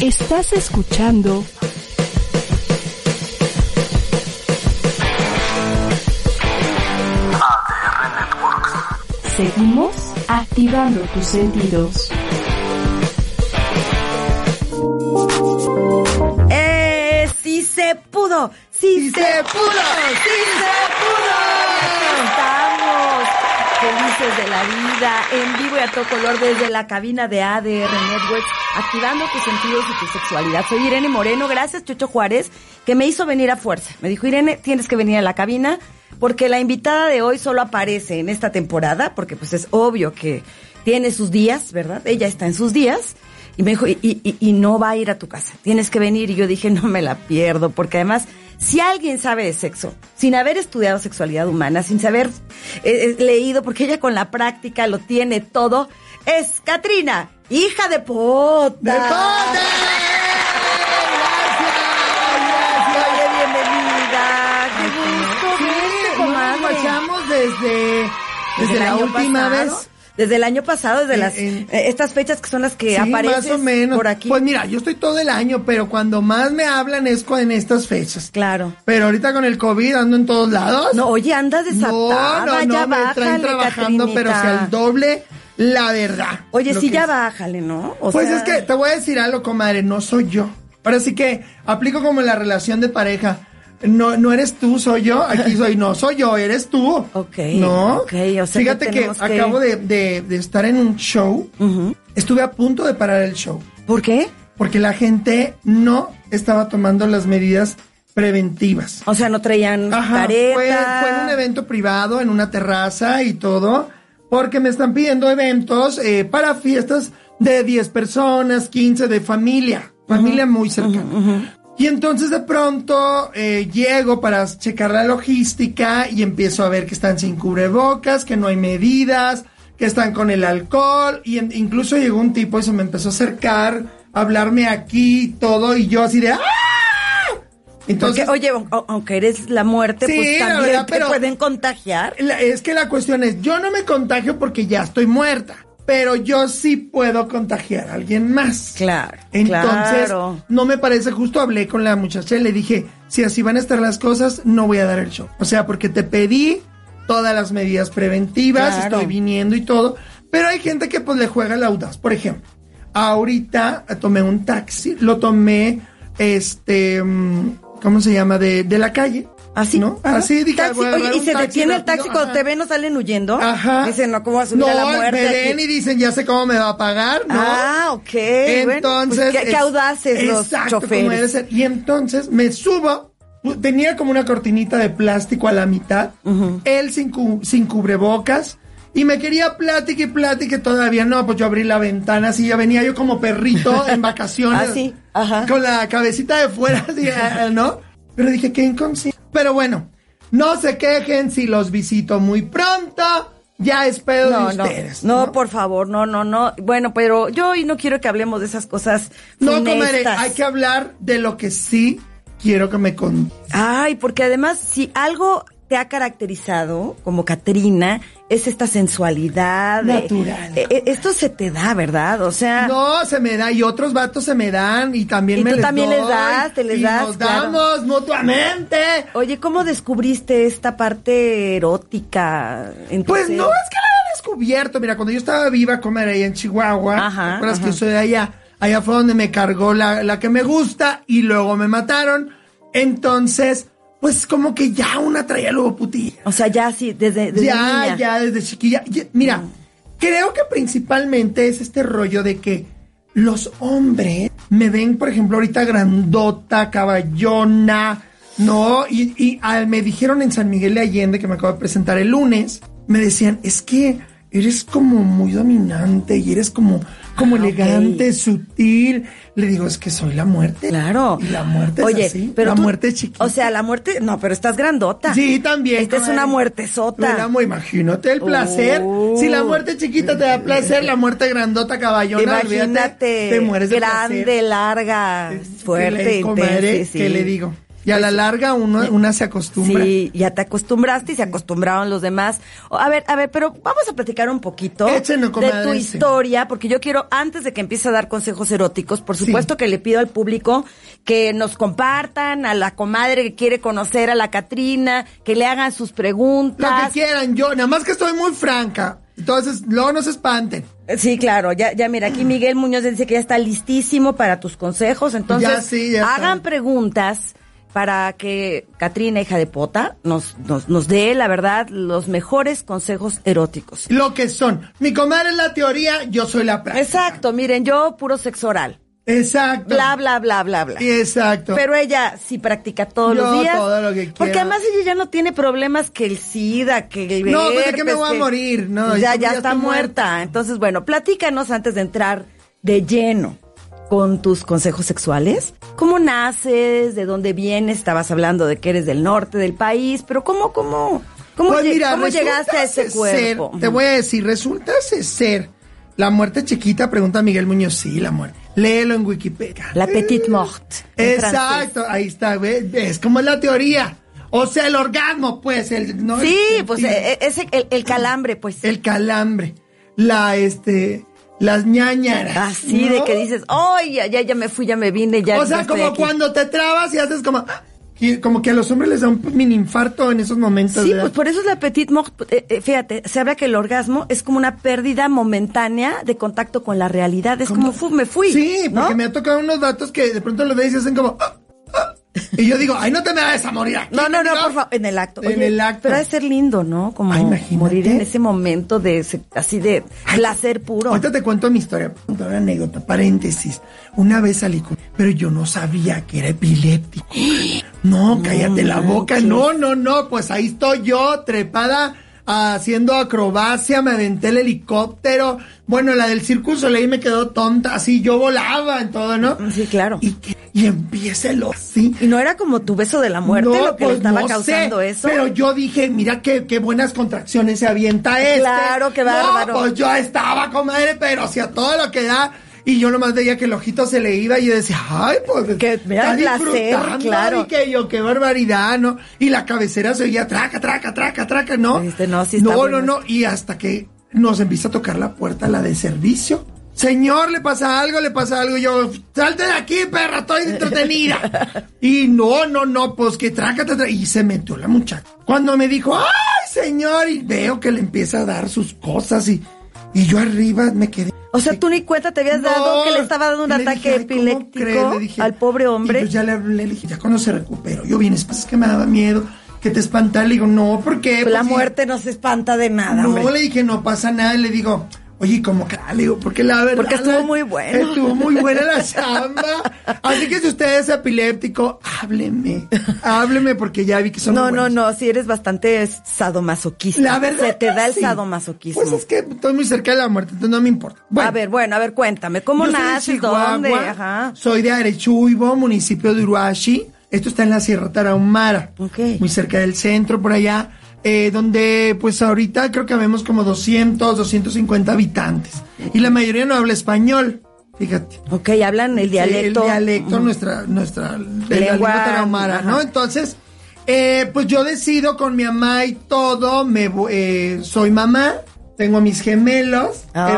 Estás escuchando ADR Networks. Seguimos activando tus sentidos. ¡Eh! ¡Sí se pudo! ¡Sí, se, pudo! ¡Sí se pudo! Aquí estamos, felices de la vida, en vivo y a todo color desde la cabina de ADR Networks, activando tus sentidos y tu sexualidad. Soy Irene Moreno, gracias Chucho Juárez, que me hizo venir a fuerza. Me dijo, Irene, tienes que venir a la cabina, porque la invitada de hoy solo aparece en esta temporada, porque pues es obvio que tiene sus días, ¿verdad? Ella está en sus días. Y me dijo, y, y- y no va a ir a tu casa, tienes que venir. Y yo dije, no me la pierdo, porque además, si alguien sabe de sexo, sin haber estudiado sexualidad humana, sin saber eh, eh, leído, porque ella con la práctica lo tiene todo, es Katrina, hija de Pota. ¡De bienvenida! ¡Qué gusto verte, Nos comadre. guachamos desde, desde, Desde el la año última pasado, vez. Desde el año pasado, desde las en- eh, estas fechas que son las que Sí, aparecen más o menos. por aquí. Pues mira, yo estoy todo el año, pero cuando más me hablan es cu- en estas fechas. claro. Pero ahorita con el COVID ando en todos lados. No, oye, andas desatada, no, no, ya no, me bájale, traen trabajando, pero Catrinita. si al doble, la verdad. Oye, Lo sí, que ya es. bájale, ¿no? O pues sea, es que te voy a decir algo, comadre, no soy yo. Ahora sí que aplico como en la relación de pareja. No, no eres tú, soy yo. Aquí soy, no soy yo, eres tú. Ok, No. ok, o sea Fíjate que que, tenemos que- acabo de, de- de estar en un show. Estuve a punto de parar el show. ¿Por qué? Porque la gente no estaba tomando las medidas preventivas. O sea, no traían Ajá, careta. Fue, fue en un evento privado, en una terraza y todo, porque me están pidiendo eventos eh, para fiestas de 10 personas, 15 de familia, familia muy cercana. Y entonces de pronto eh, llego para checar la logística y empiezo a ver que están sin cubrebocas, que no hay medidas, que están con el alcohol. Y en- incluso llegó un tipo y se me empezó a acercar, a hablarme aquí y todo, y yo así de ¡Ah! Porque, oye, o- aunque eres la muerte, Sí, pues la también verdad, te pero- pueden contagiar. La- es que la cuestión es, yo no me contagio porque ya estoy muerta, pero yo sí puedo contagiar a alguien más. Claro, Entonces, claro. no me parece justo, hablé con la muchacha y le dije, si así van a estar las cosas, no voy a dar el show. O sea, porque te pedí todas las medidas preventivas, Claro. estoy viniendo y todo, pero hay gente que pues le juega el audaz. Por ejemplo, ahorita eh, tomé un taxi, lo tomé, este, mm, ¿cómo se llama? De, de la calle. Así, ¿No? ¿Ah, Ajá. Así dije, Taxi, voy a oye, agarrar y un se detiene el rápido, taxi cuando ajá. te ven, no salen huyendo. Ajá. Dicen, no, ¿cómo va a subir no, a la muerte? me aquí? ven y dicen, ya sé cómo me va a pagar, ¿no? Ah, ok. Entonces. bueno, pues, qué, qué es- audaces los exacto, como choferes. debe ser. Y entonces me subo. pu- Tenía como una cortinita de plástico a la mitad. Él sin, cu- sin cubrebocas. Y me quería plática y plática y todavía no, pues yo abrí la ventana así, ya venía yo como perrito en vacaciones. Así, Ah, ajá. Con la cabecita de fuera, así, ah, ah, ¿no? Pero dije, qué inconsciente. Pero bueno, no se quejen si los visito muy pronto. Ya es pedo No, de no, ustedes. no, por favor, no, no, no. Bueno, pero yo hoy no quiero que hablemos de esas cosas. No, funestas. comadre, hay que hablar de lo que sí quiero que me con. Ay, porque además, si algo te ha caracterizado como Catrina, es esta sensualidad. eh, Natural. eh, eh, esto se te da, ¿verdad? O sea, No, se me da y otros vatos se me dan y también Ah. Y me tú les también les doy, das, te les y das, Nos claro. damos mutuamente. oye, ¿cómo descubriste esta parte erótica? en tu Pues ser? no, es que la he descubierto. Mira, cuando yo estaba viva, comadre, ahí en Chihuahua, Ajá, ¿te acuerdas ajá. que yo soy de allá? Allá fue donde me cargó la, la que me gusta y luego me mataron. Entonces, pues como que ya una traía luego putilla. O sea, ya sí, desde, desde ya, niña. ya desde chiquilla. Ya- mira, creo que principalmente es este rollo de que los hombres me ven, por ejemplo, ahorita grandota, caballona, ¿no? Y, y, ah, me dijeron en San Miguel de Allende, que me acabo de presentar el lunes, me decían, es que eres como muy dominante y eres como, como Ah, ok. elegante, sutil. Le digo, es que soy la muerte. Claro. Y la muerte es Oye, así. pero la tú- muerte es chiquita. O sea, la muerte, no, pero estás grandota. Sí, también. Esta es comadre. una muertezota. Me la mu- imagínate el placer. Oh. Si la muerte chiquita te da placer, la muerte grandota caballona, olvídate, Imagínate, te mueres de grande, placer. larga, Sí, fuerte, que le- comadre, intensa, sí, sí. ¿Qué le digo? Y a la larga uno, una se acostumbra. Sí, ya te acostumbraste y se acostumbraron los demás. O, A ver, a ver, pero vamos a platicar un poquito Échenle, de comadre, tu sí. historia, porque yo quiero, antes de que empiece a dar consejos eróticos, por supuesto que le pido al público que nos compartan, a la comadre que quiere conocer, a la Catrina, que le hagan sus Lo que preguntas. quieran, yo, nada más que estoy muy franca. Entonces, luego no se espanten. Sí, claro, ya, ya mira, aquí Miguel Muñoz dice que ya está listísimo para tus consejos, entonces Ya, sí, ya está. hagan preguntas para que Catrina, hija de Pota, nos, nos, nos dé, la verdad, los mejores consejos eróticos. Lo que son. Mi comadre es la teoría, yo soy la práctica. Exacto, miren, yo puro sexo oral, Exacto. bla, bla, bla, bla, bla. Sí, exacto. Pero ella sí practica todos Yo los días. todo lo que Porque quiera. además ella ya no tiene problemas que el SIDA, que el No, pues, ¿de qué herpes, me voy que- a pues, morir? No, ya, yo ya ya está muerta. estoy muerta. Entonces, bueno, platícanos antes de entrar de lleno con tus consejos sexuales. ¿Cómo naces? ¿De dónde vienes? Estabas hablando de que eres del norte del país, pero ¿cómo, cómo, cómo, Pues lle- mira, cómo resulta llegaste a ese ser- cuerpo? te voy a decir, resulta ese ser la muerte chiquita, pregunta Miguel Muñoz. Sí, la muerte. Léelo en Wikipedia. La petite mort. en francés. Exacto, ahí está, ve- es como es la teoría. O sea, el orgasmo, pues, el no, Sí, el- pues el- eh, ese, el, el calambre, pues. el calambre, la este, las ñañaras. Así Ah, de ¿no? que dices, ¡ay, ya, ya, ya me fui, ya me vine, ya o ya sea, estoy como aquí". cuando te trabas y haces como, ah, y como que a los hombres les da un mini infarto en esos momentos. Sí, ¿verdad? pues por eso es la petit mort. eh, eh, fíjate, se habla que el orgasmo es como una pérdida momentánea de contacto con la realidad. Es como, fu, me fui. Sí, ¿no? porque me ha tocado unos datos que de pronto los ves y hacen como. "Ah, ah", y yo digo, ay, no te me vayas a morir. aquí, No, no, no, ¿no? por favor, eh, en el acto. En el acto. Pero ha de ser lindo, ¿no? Como Ay, imagínate. morir en ese momento de ese- así de placer puro. Ahorita te cuento mi historia, cuento una anécdota, paréntesis. Una vez salí con, pero yo no sabía que era epiléptico. No, cállate la boca. No, no, no, pues ahí estoy yo, trepada, haciendo acrobacia, me aventé el helicóptero. Bueno, la del Circus Soleil me quedó tonta, así yo volaba en todo, ¿no? Sí, claro. Y, que- y empieza el así. Y no era como tu beso de la muerte lo que le pues, estaba no causando sé, eso. Pero yo dije, mira qué, qué buenas contracciones se avienta este. Claro, qué bárbaro. No, pues yo estaba, comadre, pero si a todo lo que da. Y yo nomás veía que el ojito se le iba y yo decía, ay, pues. Que me da está placer, disfrutando, claro. Y que yo, qué barbaridad, ¿no? Y la cabecera se oía traca, traca, traca, traca, ¿no? Dijiste, no, sí está no, bueno no, no. Y hasta que nos empieza a tocar la puerta, la de servicio. Señor, le pasa algo, le pasa algo. Yo, salte de aquí, perra, estoy entretenida. y no, no, no, pues que traca, traca. Y se metió la muchacha. Cuando me dijo, ay, señor, y veo que le empieza a dar sus cosas y, y yo arriba me quedé. O sea, tú ni cuenta te habías dado No. que le estaba dando un Y le dije, ataque "Ay, ¿cómo crees?" epiléptico Le dije. al pobre Y hombre. yo ya le hablé, le dije, ya cuando se recuperó, yo vienes, pues es que me daba miedo, que te espantara. Le digo, no, porque Pues la muerte no se espanta de nada. pues no, hombre. le dije, no pasa nada. y Le digo, oye, como que, le digo, porque la verdad. Porque estuvo la- muy bueno. Estuvo muy buena la chamba. Así que si usted es epiléptico, hábleme. Hábleme porque ya vi que son. No, muy no, buenos. no, si eres bastante sadomasoquista. La verdad. Se te da el sí. sadomasoquismo. Pues es que estoy muy cerca de la muerte, entonces no me importa. Bueno, a ver, bueno, a ver, cuéntame, ¿cómo yo soy de naces? Chihuahua, ¿Dónde? Ajá. Soy de Arechuibo, municipio de Uruashi. Esto está en la Sierra Tarahumara. Ok. Muy cerca del centro, por allá. eh, donde, pues ahorita creo que vemos como 200, 250 habitantes. Y la mayoría no habla español. Fíjate. Ok, hablan el Sí, dialecto. El dialecto, nuestra, nuestra de Lengua, la lengua tarahumara, ajá. ¿no? Entonces, eh, pues yo decido con mi mamá y todo, me vo- eh, soy mamá, tengo a mis gemelos, Ay.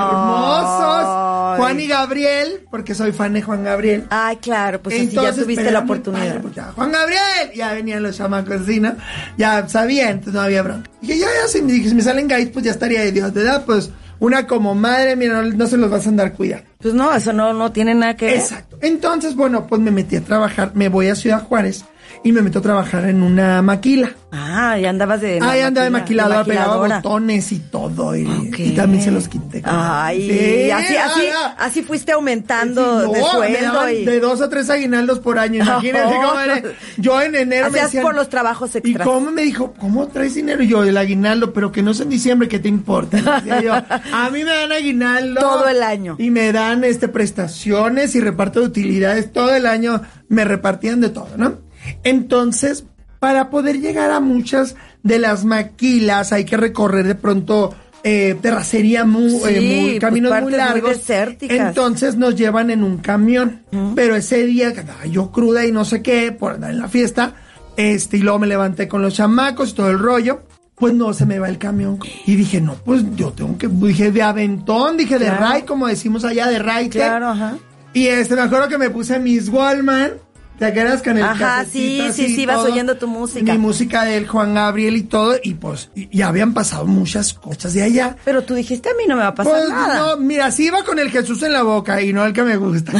hermosos, Juan y Gabriel, porque soy fan de Juan Gabriel. Ay, claro, pues así Entonces, ya tuviste pero la era muy oportunidad. padre, porque ya, Juan Gabriel, ya venían los chamacos así, ¿no? Ya sabía, entonces no había bronca. Y dije, ya, ya, si me, si me salen gays, pues ya estaría de Dios, ¿verdad? Pues una como madre, mira, no, no se los vas a andar cuidando. Pues no, eso no, no tiene nada que ver. Exacto. Entonces, bueno, pues me metí a trabajar, me voy a Ciudad Juárez y me meto a trabajar en una maquila. Ah, ya andabas de. Ahí andaba de maquiladora, maquiladora. pegaba botones y todo, y, Ok. y también se los quité. Ay, Sí, así, así, ah, ah. así fuiste aumentando Sí, de no, me sueldo daban y. de dos a tres aguinaldos por año, imagínate Oh. cómo era. Yo en enero me Hacías decían, por los trabajos extras. ¿Y cómo me dijo? ¿Cómo traes dinero? Y yo, el aguinaldo, pero que no es en diciembre, ¿qué te importa? Decía yo, a mí me dan aguinaldo. Todo el año. Y me dan este prestaciones y reparto de utilidades todo el año. Me repartían de todo, ¿no? Entonces, para poder llegar a muchas de las maquilas hay que recorrer de pronto eh, terracería muy, Sí, eh, muy- pues, caminos muy partes muy largos. desérticas. Entonces nos llevan en un camión. Pero ese día, que andaba yo cruda y no sé qué, por andar en la fiesta, este, y luego me levanté con los chamacos y todo el rollo. Pues no se me va el camión. Y dije, no, pues yo tengo que. Dije de aventón, dije de Claro. ray, como decimos allá, de ray. Claro, ajá. Y este, me acuerdo que me puse mis Wallman. ¿Te acuerdas con el Ajá, cafecito sí, sí, así y sí, vas todo? oyendo tu música. Mi música del Juan Gabriel y todo. Y pues, y- ya habían pasado muchas cosas de allá. Pero tú dijiste, a mí no me va a pasar Pues nada. no, mira, si iba con el Jesús en la boca y no el que me gusta,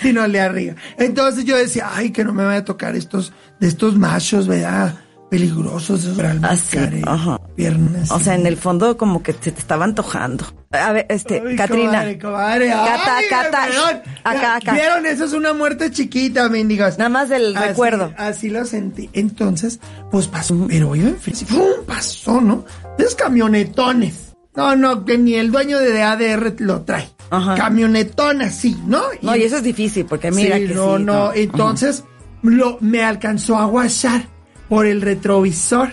sino el de arriba. Entonces yo decía, ay, que no me vaya a tocar estos, de estos machos, ¿verdad? Peligrosos, esos Así, almícares, Ah, ajá. piernas. O sea, en el fondo como que se te estaba antojando. A ver, este, Ay, Katrina. comadre, comadre. Cata, Ay, Cata, perdón. shh, acá, acá. Vieron, eso es una muerte chiquita, mendigas. Nada más del Así- recuerdo. Así lo sentí. Entonces, pues pasó. Pero iba en fin. ¡fum! Pasó, ¿no? De esos camionetones. No, no, que ni el dueño de ADR lo trae. Ajá. Camionetón así, ¿no? No, y eso es difícil porque Eh, mira Sí, que no, sí, no. Entonces, lo, me alcanzó a guachar por el retrovisor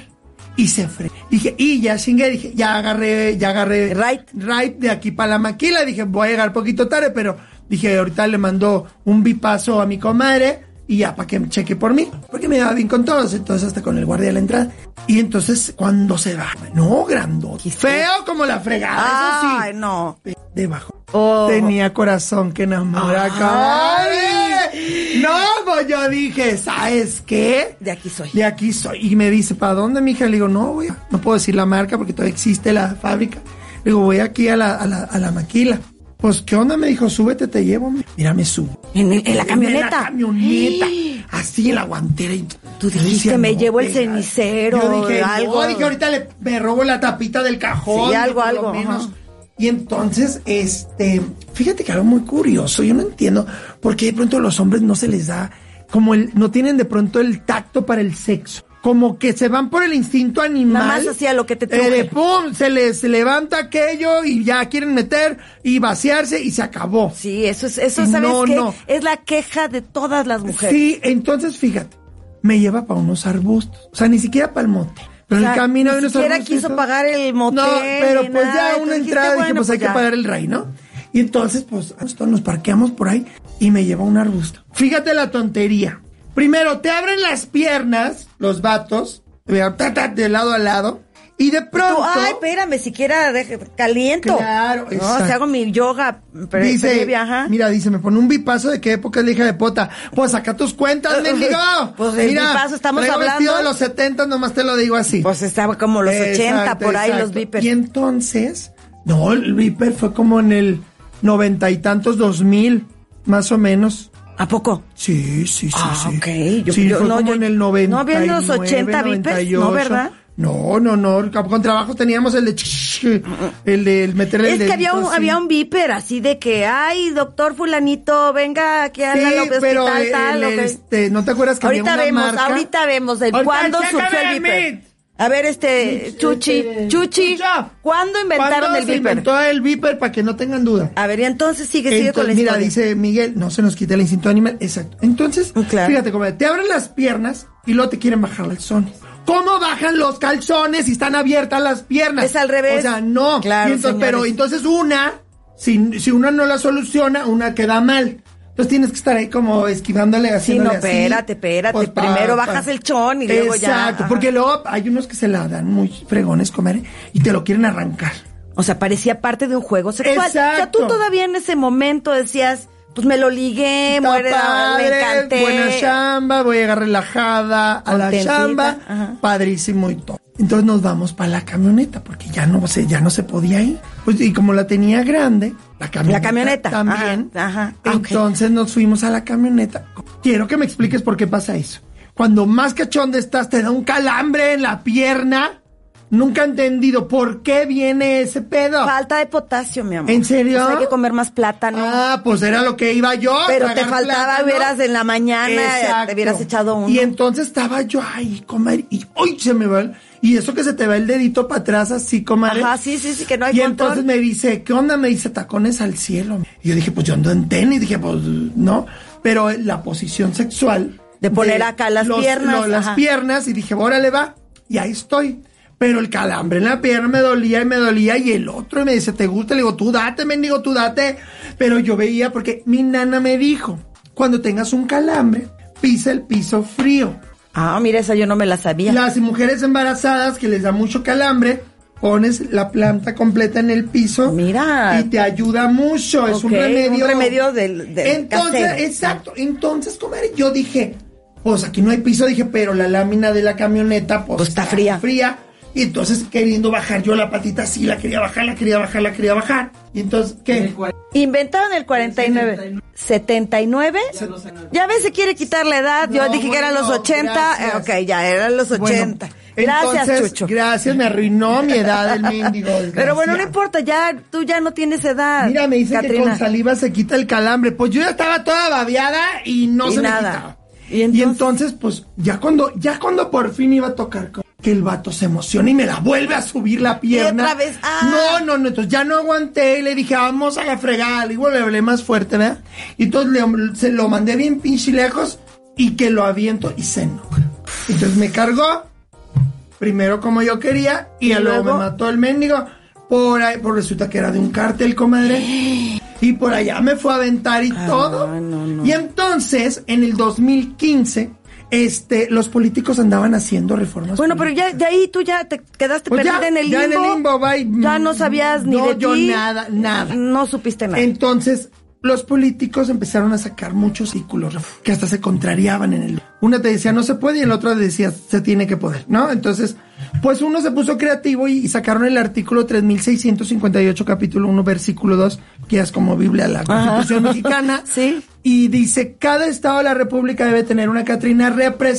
y se frenó. Dije, y ya chingué, dije, ya agarré, ya agarré. Right. Right de aquí para la maquila. Dije, voy a llegar poquito tarde, pero dije, ahorita le mando un bipaso a mi comadre y ya para que cheque por mí. Porque me daba bien con todos, entonces hasta con el guardia de la entrada. Y entonces, cuando se va, no, grandote. Qué Feo como la fregada, eso sí Mm. Ay, no. debajo. Oh. Tenía corazón que enamora, Ay. caray. No, pues yo dije, ¿sabes qué? De aquí soy. De aquí soy. Y me dice, ¿para dónde, mija? Le digo, no, voy a- no puedo decir la marca porque todavía existe la fábrica. Le digo, voy aquí a la, a la, a la maquila. Pues, ¿qué onda? Me dijo, súbete, te llevo. Mira, me subo. En, el- en la camioneta. En la camioneta. Así en la guantera. y- Tú yo dijiste, "Me llevo el venga". cenicero, Yo dije, algo. No, dije, ahorita le, me robo la tapita del cajón. Sí, algo, por lo algo, menos". ajá. Y entonces, este, fíjate que algo muy curioso. Yo no entiendo por qué de pronto a los hombres no se les da, como el, no tienen de pronto el tacto para el sexo. Como que se van por el instinto animal. Nada más hacía lo que te truje. Eh, de pum, se les levanta aquello y ya quieren meter y vaciarse y se acabó. Sí, eso es, eso sabes No, qué? no. es la queja de todas las mujeres. Sí, entonces fíjate, me lleva para unos arbustos, o sea, ni siquiera para el monte. Pero O sea, el camino ni de unos siquiera arbustos y quiso todo. pagar el motel No, pero ni pues nada, ya una entonces dijiste, entrada dije, bueno, pues, hay pues ya. que pagar el rey, ¿no? Y entonces, pues, nosotros nos parqueamos por ahí y me lleva a un arbusto. Fíjate la tontería. Primero, te abren las piernas, los vatos, ta, ta, de lado a lado, y de Tú, pronto. ay, espérame, siquiera deje- caliento. Claro, No, exacto. si hago mi yoga pre- Dice, previa, ajá. mira, dice, me pone un bipazo de qué época es la hija de pota. Pues saca tus cuentas, mendigo. Pues, del mira, bipazo estamos traigo hablando. vestido de los 70, nomás te lo digo así. Pues estaba como los 80, Exacto, por ahí los exacto. vipers. Y entonces, no, el viper fue como en el noventa y tantos, dos mil, más o menos. ¿A poco? Sí, sí, sí, Ah, sí. ok. Yo- sí, yo- fue no, como yo- en el ¿no 99, habían los 80 vipers? No, 98. ¿verdad? No, no, no. Con trabajo teníamos el de... ch- El de el meterle el Es que había dedito un, así. había un viper así de que, ay, doctor fulanito, venga aquí a Sí, la hospital, pero el- tal, el, ok. este, ¿no te acuerdas que Ahorita había una vemos, marca? ahorita vemos el Ahorita, cuándo surgió chécame, el viper. Mit. A ver, este, Chuchi, Este, Chuchi, Chucha, ¿cuándo inventaron ¿cuándo el se viper? inventó el viper para que no tengan duda. A ver, y entonces sigue, sigue con la Entonces, mira, historia. Oh, dice Miguel, no se nos quita el instinto animal. Exacto. Entonces, Claro. fíjate cómo te abren las piernas y luego te quieren bajar los calzones. ¿Cómo bajan los calzones si están abiertas las piernas? Es al revés. O sea, no. Claro, Y entonces- pero señores. entonces una, si, si una no la soluciona, una queda mal. Entonces tienes que estar ahí como esquivándole, haciéndole no, así. pues, espérate, espérate. Primero bajas el chón y luego ya, Exacto, ajá. porque luego hay unos que se la dan muy fregones comer ¿eh? y te lo quieren arrancar. O sea, parecía parte de un juego sexual. O sea, Exacto. tú todavía en ese momento decías, pues me lo ligué, Está muere, padre, le encanté. Buena chamba, voy a llegar relajada a la Contentita, chamba, ajá. padrísimo y todo. Entonces nos vamos para la camioneta porque ya no se, ya no se podía ir. Pues, y como la tenía grande, la camioneta, La camioneta, también. ajá, ajá, ah, ok. Entonces nos fuimos a la camioneta. Quiero que me expliques por qué pasa eso. Cuando más cachonde estás, te da un calambre en la pierna. Nunca he entendido por qué viene ese pedo. Falta de potasio, mi amor. ¿En serio? O sea, hay que comer más plátano. Ah, pues era lo que iba yo. a pero te tragar faltaba, plátano. hubieras en la mañana, eh, Exacto. te hubieras echado uno. Y entonces estaba yo ahí, comer, y hoy se me va el- Y eso que se te va el dedito para atrás así, comadre. Ajá, sí, sí, sí, que no hay Y control. entonces me dice, ¿qué onda? Me dice, tacones al cielo. Y yo dije, pues yo ando en tenis. Dije, pues no. Pero la posición sexual. De poner acá las piernas, no, las ajá. piernas. Y dije, órale, va. Y ahí estoy. Pero el calambre en la pierna me dolía y me dolía. Y el otro me dice, ¿te gusta? Le digo, tú date, mendigo, tú date. Pero yo veía, porque mi nana me dijo, cuando tengas un calambre, pisa el piso frío. Ah, mira, esa yo no me la sabía. Las mujeres embarazadas que les da mucho calambre, pones la planta completa en el piso. Mira. Y te ayuda mucho. es un Ok, remedio. un remedio del- del Entonces, casero. exacto. Entonces, comadre, yo dije, pues aquí no hay piso, dije, pero la lámina de la camioneta, pues, Pues está fría. Fría. Y entonces, queriendo bajar yo la patita, sí, la quería bajar, la quería bajar, la quería bajar. Y entonces, ¿qué? Inventaron el 49. 79. Ya ves, se quiere quitar la edad. Yo No, dije que eran bueno, los 80. gracias. Eh, ok, ya eran los 80. Bueno, gracias, entonces, Chucho. Gracias, me arruinó mi edad el mendigo. Pero bueno, no desgraciado. importa, ya tú ya no tienes edad. Mira, me dicen que Catrina. con saliva se quita el calambre. Pues yo ya estaba toda babeada y no Y se nada. me quitaba. ¿Y ¿Y entonces? entonces? pues, ya cuando, ya cuando por fin iba a tocar, co- que el vato se emociona y me la vuelve a subir la pierna. otra vez, ah. No, no, no, entonces ya no aguanté y le dije, vamos a la fregada. Le digo, le hablé más fuerte, ¿verdad? Y entonces le- se lo mandé bien pinche lejos y que lo aviento y se enoja. Entonces me cargó, primero como yo quería y, ¿Y ya luego me luego? mató el mendigo. Por ahí, por resulta que era de un cártel, comadre. Y por allá me fue a aventar y todo. Ah, no, no. Y entonces, en el 2015, este, los políticos andaban haciendo reformas. Bueno, pero ya de ahí tú ya te quedaste Pues ya, perdida en el limbo. ya en el limbo, bye. Ya no sabías ni No, de yo ti. nada, nada. No supiste nada. Entonces, los políticos empezaron a sacar muchos círculos que hasta se contrariaban en el. Una te decía no se puede y el otro decía se tiene que poder, ¿no? Entonces, pues uno se puso creativo y, y sacaron el artículo 3658, capítulo 1, versículo 2, que es como Biblia la Constitución mexicana. Sí. Y dice, cada estado de la República debe tener una Catrina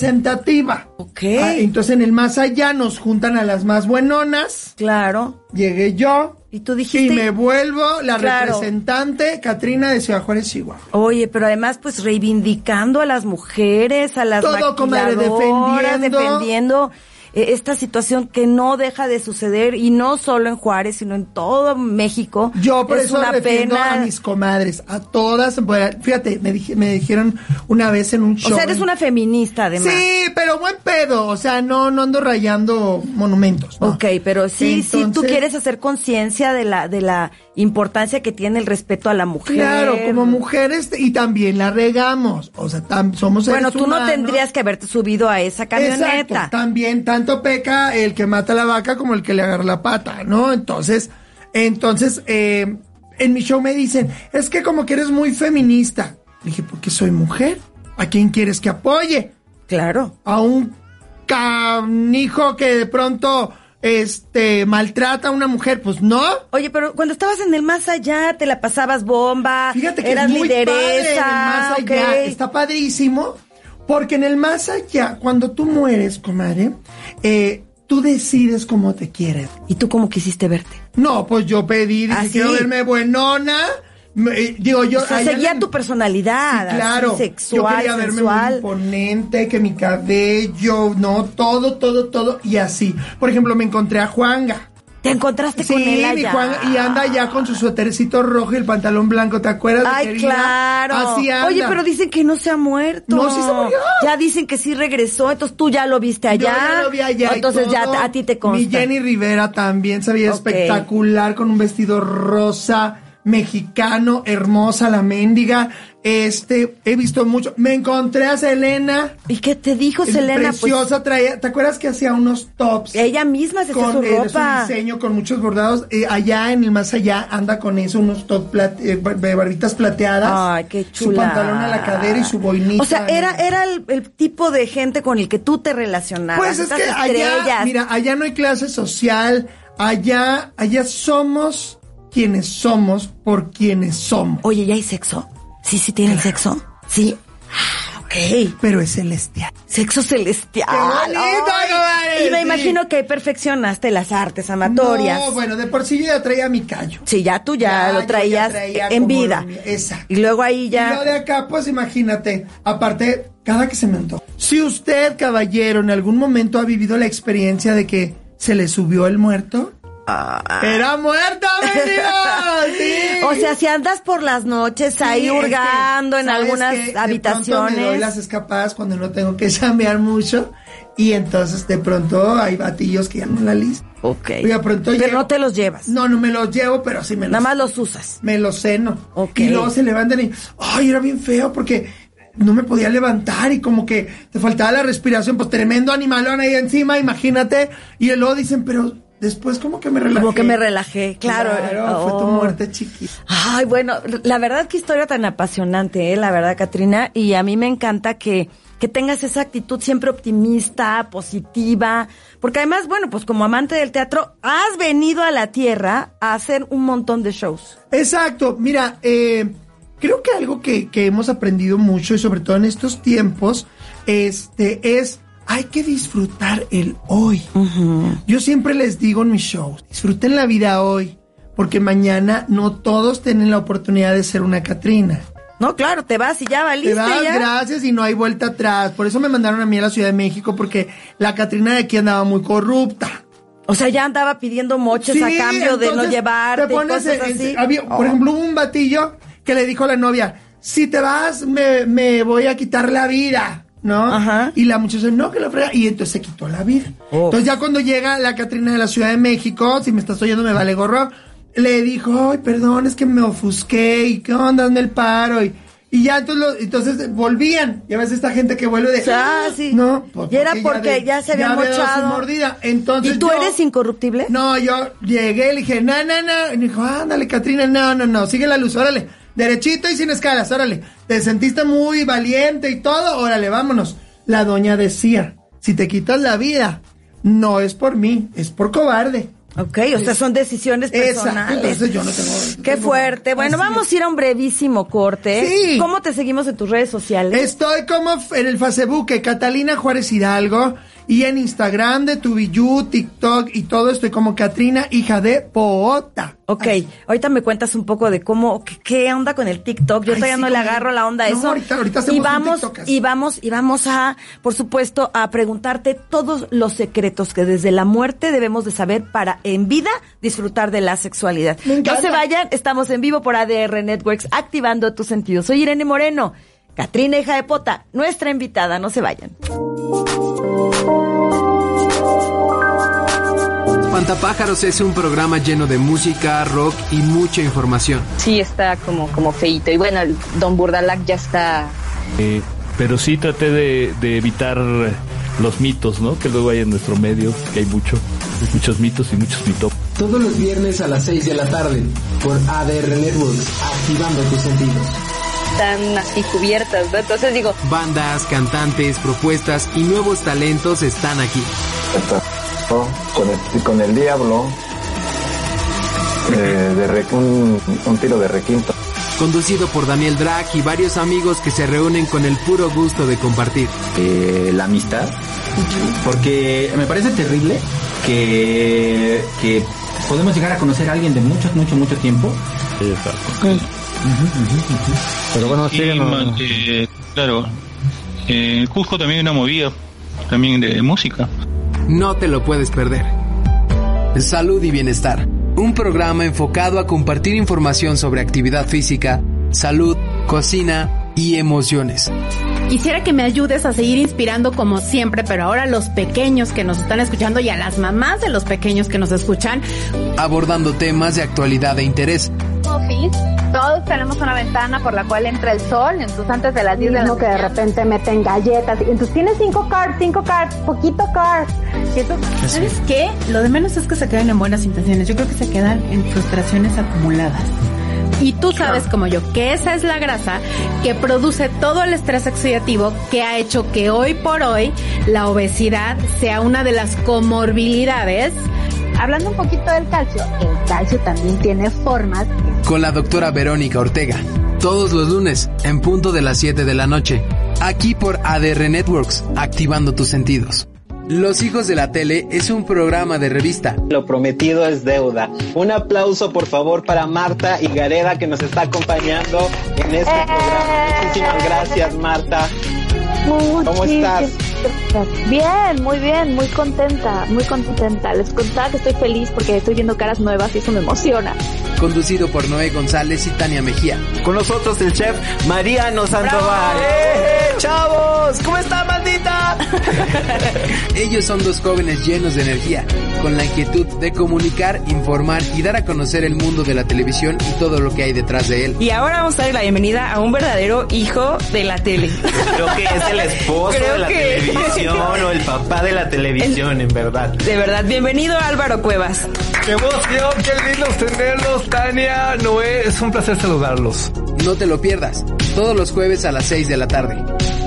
representativa. Ok. Ah, entonces, en el más allá nos juntan a las más buenonas. claro. Llegué yo. Y tú dijiste- Y me vuelvo la Claro. representante Catrina de Ciudad Juárez, Chihuahua. Oye, pero además, pues reivindicando a las mujeres, a las Todo, comadre, maquiladoras, defendiendo. defendiendo, eh, esta situación que no deja de suceder y no solo en Juárez, sino en todo México. Yo por es eso una defiendo pena. a mis comadres, a todas. bueno, Fíjate, me, dije- me dijeron una vez en un O show. sea, eres una feminista además. Sí, pero buen pedo. O sea, no, no ando rayando monumentos. ¿no? Ok, pero sí, sí, tú Entonces- quieres hacer conciencia de la, de la importancia que tiene el respeto a la mujer. Claro, como mujeres y también la regamos. O sea, tam- somos seres Bueno, tú no humanos. tendrías que haberte subido a esa camioneta. Exacto, También tanto peca el que mata a la vaca como el que le agarra la pata, ¿no? Entonces, entonces, eh, en mi show me dicen, es que como que eres muy feminista. Le dije, porque soy mujer. ¿A quién quieres que apoye? Claro. A un canijo que de pronto este maltrata a una mujer, pues no. Oye, pero cuando estabas en el más allá, te la pasabas bomba, Fíjate que eras es muy padre en el lideresa, más allá. ok. Está padrísimo. Porque en el más allá, cuando tú mueres, comadre, eh, tú decides cómo te quieres. ¿Y tú cómo quisiste verte? No, pues yo pedí, dije, Ah, sí. quiero verme buenona. Me- eh, digo, yo. O sea, allá seguía en- tu personalidad, así, Claro, yo sexual, quería verme muy sensual. imponente, que mi cabello, no, todo, todo, todo, y así. Por ejemplo, me encontré a Juanga. Te encontraste con mi él allá. Juanga, y anda ya con su suétercito rojo y el pantalón blanco, ¿te acuerdas? de Ay, querida? claro. Así anda. Oye, pero dicen que no se ha muerto. No, sí se murió. Ya dicen que sí regresó, entonces tú ya lo viste Yo allá. ya lo vi allá y Entonces ya todo. a ti te consta. Mi Jenny Rivera también se veía Ok. espectacular con un vestido rosa, mexicano, hermosa, la mendiga. Este, he visto mucho. Me encontré a Selena. ¿Y qué te dijo Oh, Selena? Preciosa, traía. ¿Te acuerdas que hacía unos tops? Pues ella misma se hizo con su eh, de ropa. diseño, con muchos bordados. Eh, allá en el más allá anda con eso, unos top plat- eh, bar- de barbitas plateadas. Ay, qué Su chula. pantalón a la cadera y su boinita. O sea, era, era el, el tipo de gente con el que tú te relacionabas. Pues es estas que allá, estrellas. mira, allá no hay clase social, allá, allá somos quienes somos por quienes somos. Oye, ¿ya hay sexo? Sí, sí tienen sexo. Sí. Ah, Ok. Pero es celestial. Sexo celestial. ¡Qué bonito, Ay. comadre! Y me Sí. imagino que perfeccionaste las artes amatorias. No, bueno, de por sí yo ya traía mi callo. Sí, ya tú ya, Ya, lo yo traías ya traía en como vida. lo mío, exacto. Y luego ahí Y lo de ya. acá, pues imagínate, aparte, cada que se me antoja. Si usted, caballero, en algún momento ha vivido la experiencia de que se le subió el muerto, ¡Era muerta, mi Sí. Ah. O sea, si andas por las noches Sí, ahí es que, hurgando en ¿sabes algunas qué? De pronto me doy habitaciones. las escapadas cuando no tengo que chambear mucho. Y entonces de pronto hay batillos que ya no la lista. Ok. Y de pronto Pero llego- no te los llevas. No, no me los llevo, pero sí me los Nada más los usas. me lo ceno. Ok. Y luego se levantan y, ay, era bien feo porque no me podía levantar y como que te faltaba la respiración, pues tremendo animalón ahí encima, imagínate. Y luego dicen, pero después como que me relajé. Como que me relajé, claro. fue tu Oh. muerte chiquita. Ay, bueno, la verdad qué historia tan apasionante, ¿eh? la verdad, Katrina. Y a mí me encanta que, que tengas esa actitud siempre optimista, positiva. Porque además, bueno, pues como amante del teatro, has venido a la tierra a hacer un montón de shows. Exacto, mira, eh, creo que algo que, que hemos aprendido mucho y sobre todo en estos tiempos, este, es hay que disfrutar el hoy. Yo siempre les digo en mis shows, disfruten la vida hoy, porque mañana no todos tienen la oportunidad de ser una Catrina. No, claro, te vas y ya valiste. Te das ya. gracias y no hay vuelta atrás. Por eso me mandaron a mí a la Ciudad de México, porque la Catrina de aquí andaba muy corrupta. O sea, ya andaba pidiendo moches Sí, a cambio de no entonces, llevarte te pones y cosas en- en- así. había- Por Oh. ejemplo, hubo un batillo que le dijo a la novia, si te vas, me, me voy a quitar la vida, ¿no? Ajá. Y la muchacha, no, que la frega. Y entonces se quitó la vida. Oh. Entonces ya cuando llega la Catrina de la Ciudad de México, si me estás oyendo me vale gorro, le dijo, ay, perdón, es que me ofusqué y qué onda, en el paro y... y ya entonces, lo- entonces volvían. Ya ves esta gente que vuelve de... O sea, Ah, sí. No, Pues Y era porque de- ya se había ve dosis mochado. mordida. Entonces ¿Y tú yo- eres incorruptible? no, yo llegué, le dije, no, no, no. Y me dijo, ándale, Catrina, no, no, no, sigue la luz, órale. Derechito y sin escalas, órale. Te sentiste muy valiente y todo, órale, vámonos. La doña decía, si te quitas la vida, no es por mí, es por cobarde. Ok, o sea, son decisiones Esa, personales. entonces yo no tengo... no Qué tengo- fuerte. Bueno, Así vamos es. a ir a un brevísimo corte. Sí. ¿Cómo te seguimos en tus redes sociales? Estoy como f- en el Facebook, eh, Catalina Juárez Hidalgo, y en Instagram de Tubiyu, TikTok y todo, estoy como Catrina, hija de Poota. Ok, ahorita me cuentas un poco de cómo, qué, qué onda con el TikTok. Yo Ay, todavía sí, no le con el- agarro la onda a No, eso. ahorita- ahorita hacemos y un vamos, TikTokazo. y vamos, y vamos a, por supuesto, a preguntarte todos los secretos que desde la muerte debemos de saber para en vida disfrutar de la sexualidad. Me No encanta. se vayan, estamos en vivo por ADR Networks, activando tus sentidos. Soy Irene Moreno, Catrina hija de Pota, nuestra invitada, no se vayan. Espantapájaros es un programa lleno de música, rock y mucha información. sí está como, como feíto. Y bueno, el Don Burdalac ya está Eh, pero sí traté de, de evitar los mitos, ¿no? Que luego hay en nuestro medio, que hay mucho, muchos mitos y muchos mitos. Todos los viernes a las 6 de la tarde por ADR Networks, activando tus sentidos. tan así cubiertas, ¿no? Entonces digo, Bandas, cantantes, propuestas y nuevos talentos están aquí. con el, con el diablo eh, de re- un, un tiro de requinto. Conducido por Daniel Drac y varios amigos que se reúnen con el puro gusto de compartir. eh, la amistad. Porque me parece terrible que, que podemos llegar a conocer a alguien de mucho, mucho, mucho tiempo. Pero bueno, Sí, ma- eh, claro. Eh, en Cusco también hay una movida, también de música. No te lo puedes perder. Salud y bienestar. Un programa enfocado a compartir información sobre actividad física, salud, cocina y emociones. Quisiera que me ayudes a seguir inspirando como siempre, pero ahora a los pequeños que nos están escuchando y a las mamás de los pequeños que nos escuchan. Abordando temas de actualidad e interés. Todos tenemos una ventana por la cual entra el sol, entonces antes de las 10 de la que de repente meten galletas. Entonces tienes 5 cards, 5 cards, poquito cards. ¿Sabes qué? Lo de menos es que se queden en buenas intenciones. Yo creo que se quedan en frustraciones acumuladas. Y tú sabes como yo que esa es la grasa que produce todo el estrés oxidativo que ha hecho que hoy por hoy la obesidad sea una de las comorbilidades. Hablando un poquito del calcio, el calcio también tiene formas con la doctora Verónica Ortega. Todos los lunes, en punto de las 7 de la noche. Aquí por ADR Networks, activando tus sentidos. Los hijos de la tele es un programa de revista Lo prometido es deuda. Un aplauso por favor para Marta Higareda que nos está acompañando Eh, en este programa. Muchísimas gracias Marta. ¿Cómo estás? Bien, muy bien, muy contenta, muy contenta. Les contaba que estoy feliz porque estoy viendo caras nuevas y eso me emociona. Conducido por Noé González y Tania Mejía. Con nosotros el chef Mariano Sandoval. ¡Eh, chavos! ¿Cómo está, maldita? Ellos son dos jóvenes llenos de energía, con la inquietud de comunicar, informar y dar a conocer el mundo de la televisión y todo lo que hay detrás de él. Y ahora vamos a dar la bienvenida a un verdadero hijo de la tele. Creo que es el esposo Creo de la que- televisión o el papá de la televisión, en verdad. De verdad, bienvenido Álvaro Cuevas. ¡Qué emoción! ¡Qué lindo tenerlos, Tania! Noé, es un placer saludarlos. No te lo pierdas, todos los jueves a las 6 de la tarde,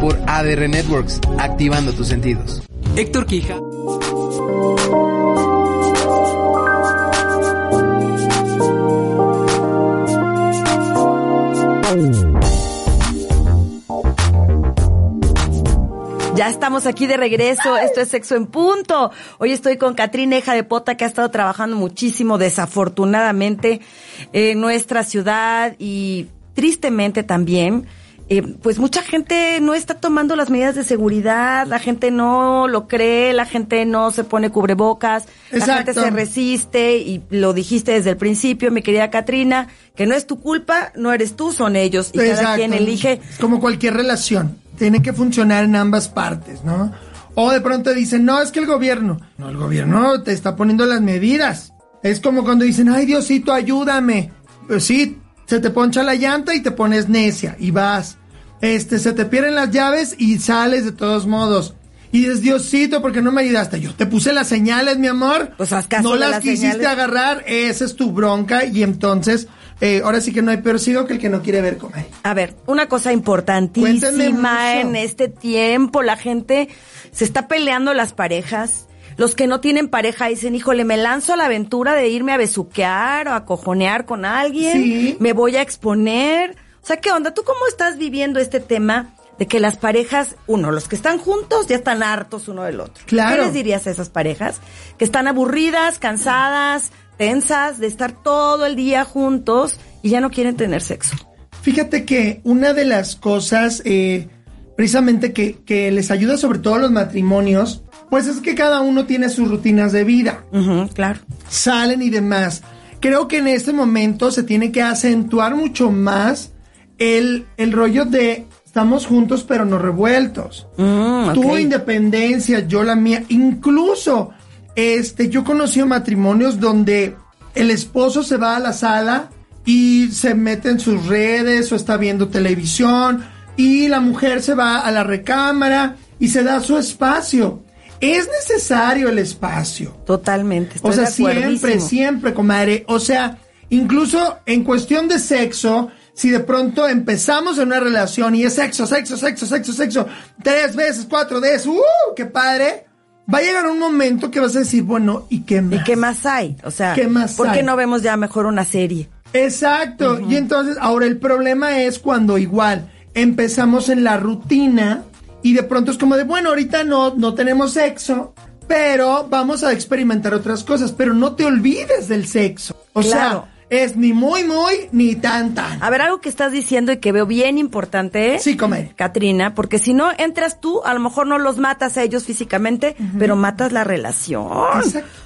por ADR Networks, activando tus sentidos. Héctor Quija. Ya estamos aquí de regreso. Esto es Sexo en Punto. Hoy estoy con Catrina Eja de Pota, que ha estado trabajando muchísimo, desafortunadamente, en nuestra ciudad y tristemente también. eh, pues mucha gente no está tomando las medidas de seguridad, la gente no lo cree, la gente no se pone cubrebocas, la gente Exacto. se resiste y lo dijiste desde el principio, mi querida Catrina, que no es tu culpa, no eres tú, son ellos y cada Exacto. quien elige. Es Como cualquier relación, tiene que funcionar en ambas partes, ¿no? O de pronto dicen, no, es que el gobierno, no, el gobierno te está poniendo las medidas. Es como cuando dicen, ay Diosito, ayúdame. Pues sí, se te poncha la llanta y te pones necia y vas. Este, se te pierden las llaves y sales de todos modos. Y dices, Diosito, ¿por qué no me ayudaste? Yo te puse las señales, mi amor. Pues caso No de las, las quisiste señales. agarrar, esa es tu bronca. Y entonces, eh, ahora sí que no hay peor sido que el que no quiere ver comer. A ver, una cosa Cuéntame mucho. importantísima en este tiempo, la gente se está peleando las parejas. Los que no tienen pareja dicen, híjole, me lanzo a la aventura de irme a besuquear o a cojonear con alguien, me voy a exponer. O sea, ¿qué onda? ¿Tú cómo estás viviendo este tema de que las parejas, uno, los que están juntos ya están hartos uno del otro? Claro. ¿Qué les dirías a esas parejas que están aburridas, cansadas, tensas de estar todo el día juntos y ya no quieren tener sexo? Fíjate que una de las cosas eh, precisamente que, que les ayuda sobre todo a los matrimonios, pues es que cada uno tiene sus rutinas de vida. claro. Salen y demás. Creo que en este momento se tiene que acentuar mucho más el, el rollo de estamos juntos pero no revueltos. Tu Mm, ok. independencia, yo la mía. Incluso, este, yo conocí matrimonios donde el esposo se va a la sala y se mete en sus redes o está viendo televisión y la mujer se va a la recámara y se da su espacio. Es necesario el espacio. Totalmente. o estoy sea, de siempre, acuerdísimo. siempre, comadre. O sea, incluso en cuestión de sexo, si de pronto empezamos en una relación y es sexo, sexo, sexo, sexo, sexo, tres veces, cuatro veces, ¡uh! ¡Qué padre! Va a llegar un momento que vas a decir, bueno, ¿y qué más? ¿Y qué más hay? O sea, ¿qué más ¿por qué hay? no vemos ya mejor una serie? Exacto. Y entonces, ahora el problema es cuando igual empezamos en la rutina y de pronto es como de, bueno, ahorita no, no tenemos sexo, pero vamos a experimentar otras cosas, pero no te olvides del sexo. O Claro. sea, es ni muy, muy, ni tan, tan. A ver, algo que estás diciendo y que veo bien importante. ¿eh? Sí, comer. Katrina, porque si no entras tú, a lo mejor no los matas a ellos físicamente, pero matas la relación.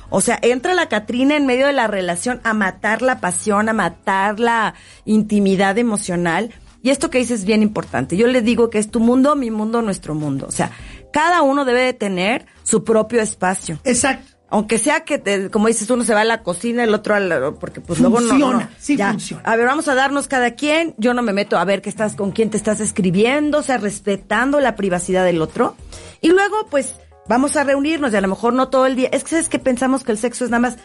O sea, entra la Katrina en medio de la relación a matar la pasión, a matar la intimidad emocional. Y esto que dices es bien importante. Yo le digo que es tu mundo, mi mundo, nuestro mundo. O sea, cada uno debe de tener su propio espacio. Exacto. Aunque sea que, te- como dices, uno se va a la cocina, el otro al... Porque pues luego no- no, Funciona, sí ya. funciona. A ver, vamos a darnos cada quien. Yo no me meto a ver qué estás, con quién te estás escribiendo, o sea, respetando la privacidad del otro. Y luego, pues, vamos a reunirnos y a lo mejor no todo el día. Es que es que pensamos que el sexo es nada más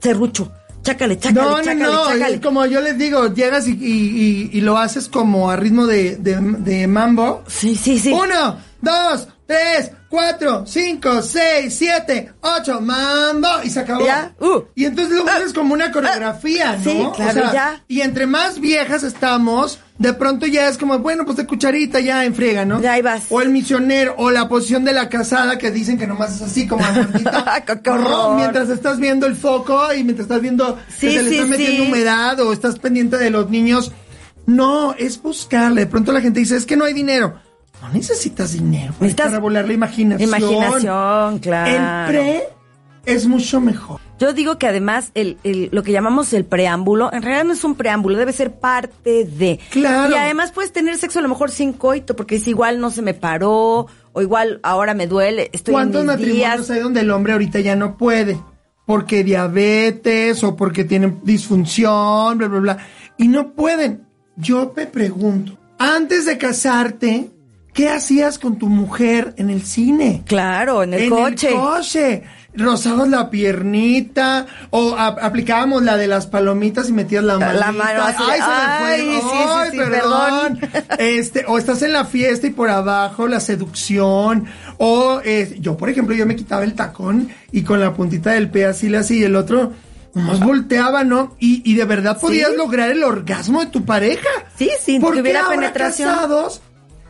serrucho. Chácale, chácale, No, chácale, no, no, chácale. es como yo les digo, llegas y, y- y- y lo haces como a ritmo de, de- de mambo. Sí, sí, sí. Uno, dos, tres, cuatro, cinco, seis, siete, ocho, mambo. Y se acabó. Ya, Uh. Ah. y entonces lo haces como una coreografía, ¿no? sí, O claro, sea, ya. Y entre más viejas estamos, de pronto ya es como, bueno, pues de cucharita ya en friega, ¿no? Ya ahí vas. O el misionero, o la posición de la casada que dicen que nomás es así, como gordita. horror! Mientras estás viendo el foco y mientras estás viendo Sí, que se le sí, está metiendo sí. humedad o estás pendiente de los niños. No, es buscarle. De pronto la gente dice, es que no hay dinero. No necesitas dinero güey, para volar la imaginación. Imaginación, claro. El pre es mucho mejor. Yo digo que además el, el- lo que llamamos el preámbulo, en realidad no es un preámbulo, debe ser parte de. Claro. Y además puedes tener sexo a lo mejor sin coito, porque es igual no se me paró, o igual ahora me duele, estoy en ¿Cuántos mis matrimonios días. hay donde el hombre ahorita ya no puede? Porque diabetes o porque tienen disfunción, bla, bla, bla. Y no pueden. Yo me pregunto, antes de casarte, ¿qué hacías con tu mujer en el cine? Claro, en el coche. En el coche. Rozabas la piernita o a- aplicábamos la de las palomitas y metías la mano. mano así de, Ay, se me ay, sí, fue. sí, Ay, sí, perdón. perdón. Este, o estás en la fiesta y por abajo la seducción. O eh, yo, por ejemplo, yo me quitaba el tacón y con la puntita del pie así le así y el otro nomás volteaba, ¿no? Y, y de verdad podías Sí. lograr el orgasmo de tu pareja. Sí, sí, ¿Por que qué hubiera ahora penetración. casados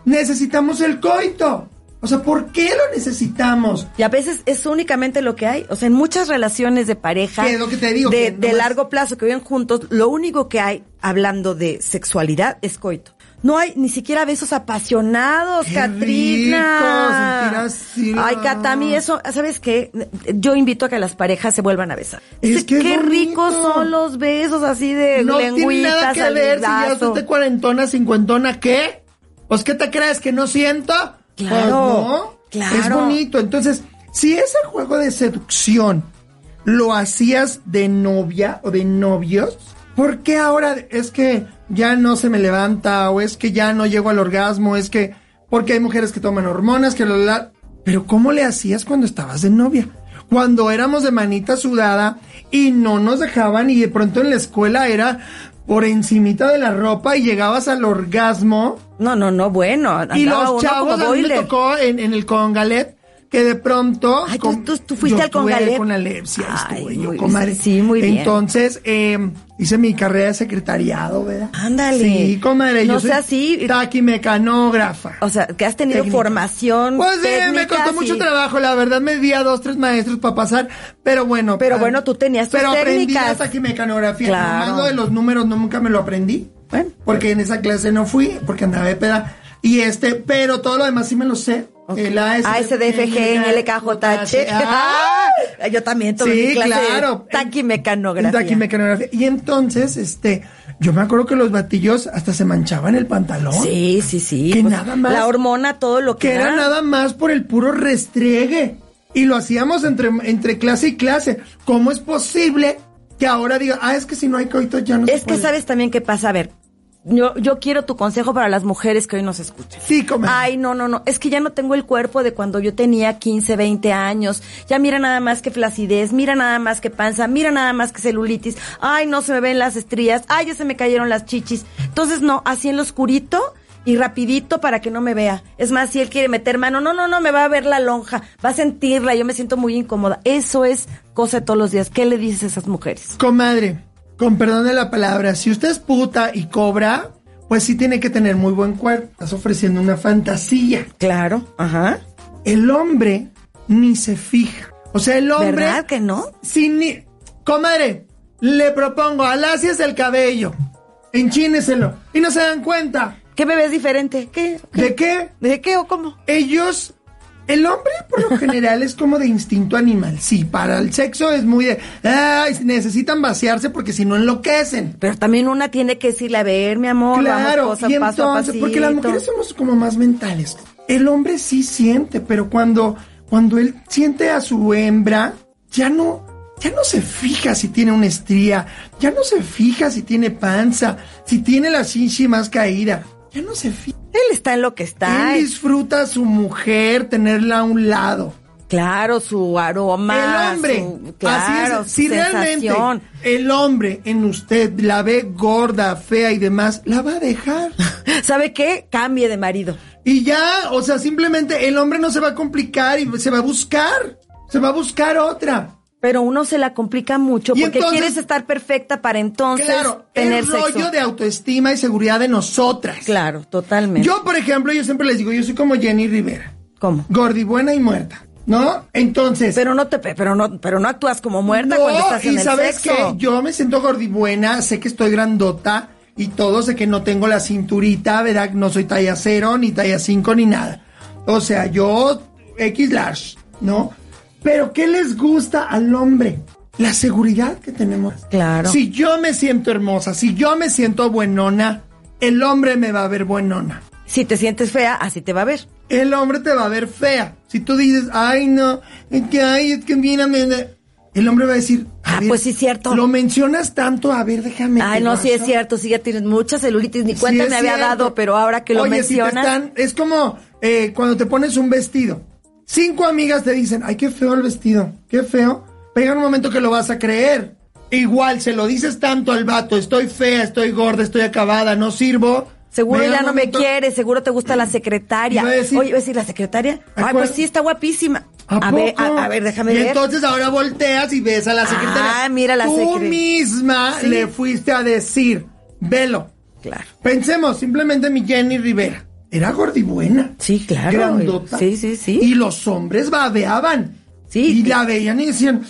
necesitamos el coito? O sea, ¿por qué lo necesitamos? Y a veces es únicamente lo que hay. O sea, en muchas relaciones de pareja, Que es lo que te digo, de, que no de es- largo plazo que viven juntos, lo único que hay hablando de sexualidad es coito. No hay ni siquiera besos apasionados, Qué Katrina. rico, sentir así la- Ay, Katami, eso, ¿sabes qué? Yo invito a que las parejas se vuelvan a besar. Es Dice, que es qué bonito. ricos son los besos así de No tiene nada lengüitas, que ver si ya alidazo. estás de cuarentona, cincuentona, ¿qué? Pues, ¿qué te crees? ¿Que no siento? Pues, Claro, ¿no? claro. Es bonito. Entonces, si ese juego de seducción lo hacías de novia o de novios, ¿por qué ahora es que ya no se me levanta o es que ya no llego al orgasmo? Es que, porque hay mujeres que toman hormonas, que lo... Pero ¿cómo le hacías cuando estabas de novia? Cuando éramos de manita sudada y no nos dejaban y de pronto en la escuela era por encimita de la ropa y llegabas al orgasmo. No, no, no, bueno. Y andaba los uno chavos, como a mí me boiler. tocó en, en el Congalet, que de pronto... Ay, con- tú, tú- tú fuiste yo al tuve Congalet. Con alepsia, estuve yo, muy- comadre. sí, muy bien. Entonces, eh, hice mi carrera de secretariado, ¿verdad? Ándale. Sí, comadre, No yo soy sea así. taquimecanógrafa. O sea, que has tenido Técnica. formación. Pues sí, me técnica, costó sí. mucho trabajo, la verdad me di a dos, tres maestros para pasar, pero bueno. Pero ah, bueno, tú tenías tus Pero aprendí técnicas. la taquimecanografía, Claro. nomás lo de los números no, nunca me lo aprendí, porque en esa clase no fui, porque andaba de peda, y este, pero todo lo demás sí me lo sé. El AS, Ah, ASDFG, LKJH. Ah, Yo también tuve Sí, mi clase claro. de taquimecanografía. Taquimecanografía. Y entonces, este, yo me acuerdo que los batillos hasta se manchaban el pantalón. Sí, sí, sí. Que Pues, nada más. La hormona, todo lo que, que era da. nada más por el puro restriegue. Y lo hacíamos entre, entre clase y clase. ¿Cómo es posible que ahora diga, ah, es que si no hay coito ya no se Es que puede"? sabes también qué pasa. A ver, yo, yo quiero tu consejo para las mujeres que hoy nos escuchan. Sí, como. Ay, no, no, no. Es que ya no tengo el cuerpo de cuando yo tenía 15, 20 años. Ya mira nada más que flacidez, mira nada más que panza, mira nada más que celulitis. Ay, no se me ven las estrías. Ay, ya se me cayeron las chichis. Entonces, no, así en lo oscurito y rapidito para que no me vea. Es más, si él quiere meter mano, no, no, no, me va a ver la lonja, va a sentirla. Yo me siento muy incómoda. Eso es cosa de todos los días. ¿Qué le dices a esas mujeres? Comadre, con perdón de la palabra, si usted es puta y cobra, pues sí tiene que tener muy buen cuerpo. Estás ofreciendo una fantasía. Claro, ajá. El hombre ni se fija. O sea, el hombre. ¿Verdad que no? Sin ni... Comadre, le propongo, alacias el cabello, enchíneselo y no se dan cuenta. ¿Qué me ves diferente? ¿Qué? ¿De qué? ¿De qué o cómo? Ellos, el hombre por lo general es como de instinto animal. Sí, para el sexo es muy de, ay, necesitan vaciarse porque si no enloquecen. Pero también una tiene que decirle, a ver, mi amor, claro, vamos cosa, y paso a entonces, pasito. porque las mujeres somos como más mentales. El hombre sí siente, pero cuando, cuando él siente a su hembra, ya no, ya no se fija si tiene una estría, ya no se fija si tiene panza, si tiene la chinchi más caída, ya no se fija. Él está en lo que está. Él disfruta a su mujer, tenerla a un lado. Claro, su aroma. El hombre. su- claro, así es. Si su realmente sensación. el hombre en usted la ve gorda, fea y demás, la va a dejar. ¿Sabe qué? Cambie de marido. Y ya, o sea, simplemente el hombre no se va a complicar y se va a buscar. Se va a buscar otra. Pero uno se la complica mucho Y porque entonces- quieres estar perfecta para entonces claro, tener el rollo sexo. de autoestima y seguridad de nosotras. Claro, totalmente. Yo, por ejemplo, yo siempre les digo, yo soy como Jenny Rivera. ¿Cómo? Gordibuena y muerta, ¿no? Entonces... Pero no te, pe- pero no, pero no actúas como muerta No, cuando estás en y el sabes sexo. que yo me siento gordibuena, sé que estoy grandota y todo, sé que no tengo la cinturita, ¿verdad? No soy talla 0, ni talla 5, ni nada. O sea, yo X large, ¿no? Pero ¿qué les gusta al hombre? La seguridad que tenemos. Claro. Si yo me siento hermosa, si yo me siento buenona, el hombre me va a ver buenona. Si te sientes fea, así te va a ver. El hombre te va a ver fea. Si tú dices, ay, no, es que, ay, es que mírame. El hombre va a decir, ah, pues sí es cierto. Lo mencionas tanto, a ver, déjame. Ay, te no, sí es guardo". cierto, sí ya tienes mucha celulitis, ni Sí cuenta es me había cierto. dado, pero ahora que lo Oye, si te mencionas. están- es como eh, cuando te pones un vestido. Cinco amigas te dicen, ay, qué feo el vestido, qué feo. Pega un momento que lo vas a creer. Igual, se lo dices tanto al vato, estoy fea, estoy gorda, estoy acabada, no sirvo. Seguro Llega ya un no me momento- quieres, seguro te gusta la secretaria. mm, Iba a decir- Oye, iba a decir, ¿la secretaria? Ay, Acuer- pues sí, está guapísima. ¿A, ver, poco? a, a ver, déjame y ver. entonces ahora volteas y ves a la secretaria. Ah, mira la Tú secre- misma Sí. le fuiste a decir, velo. Claro. Pensemos, simplemente mi Jenny Rivera. Era gordibuena. Sí, claro. Grandota. Sí, sí, sí. Y los hombres babeaban. Sí. Y la veían y decían,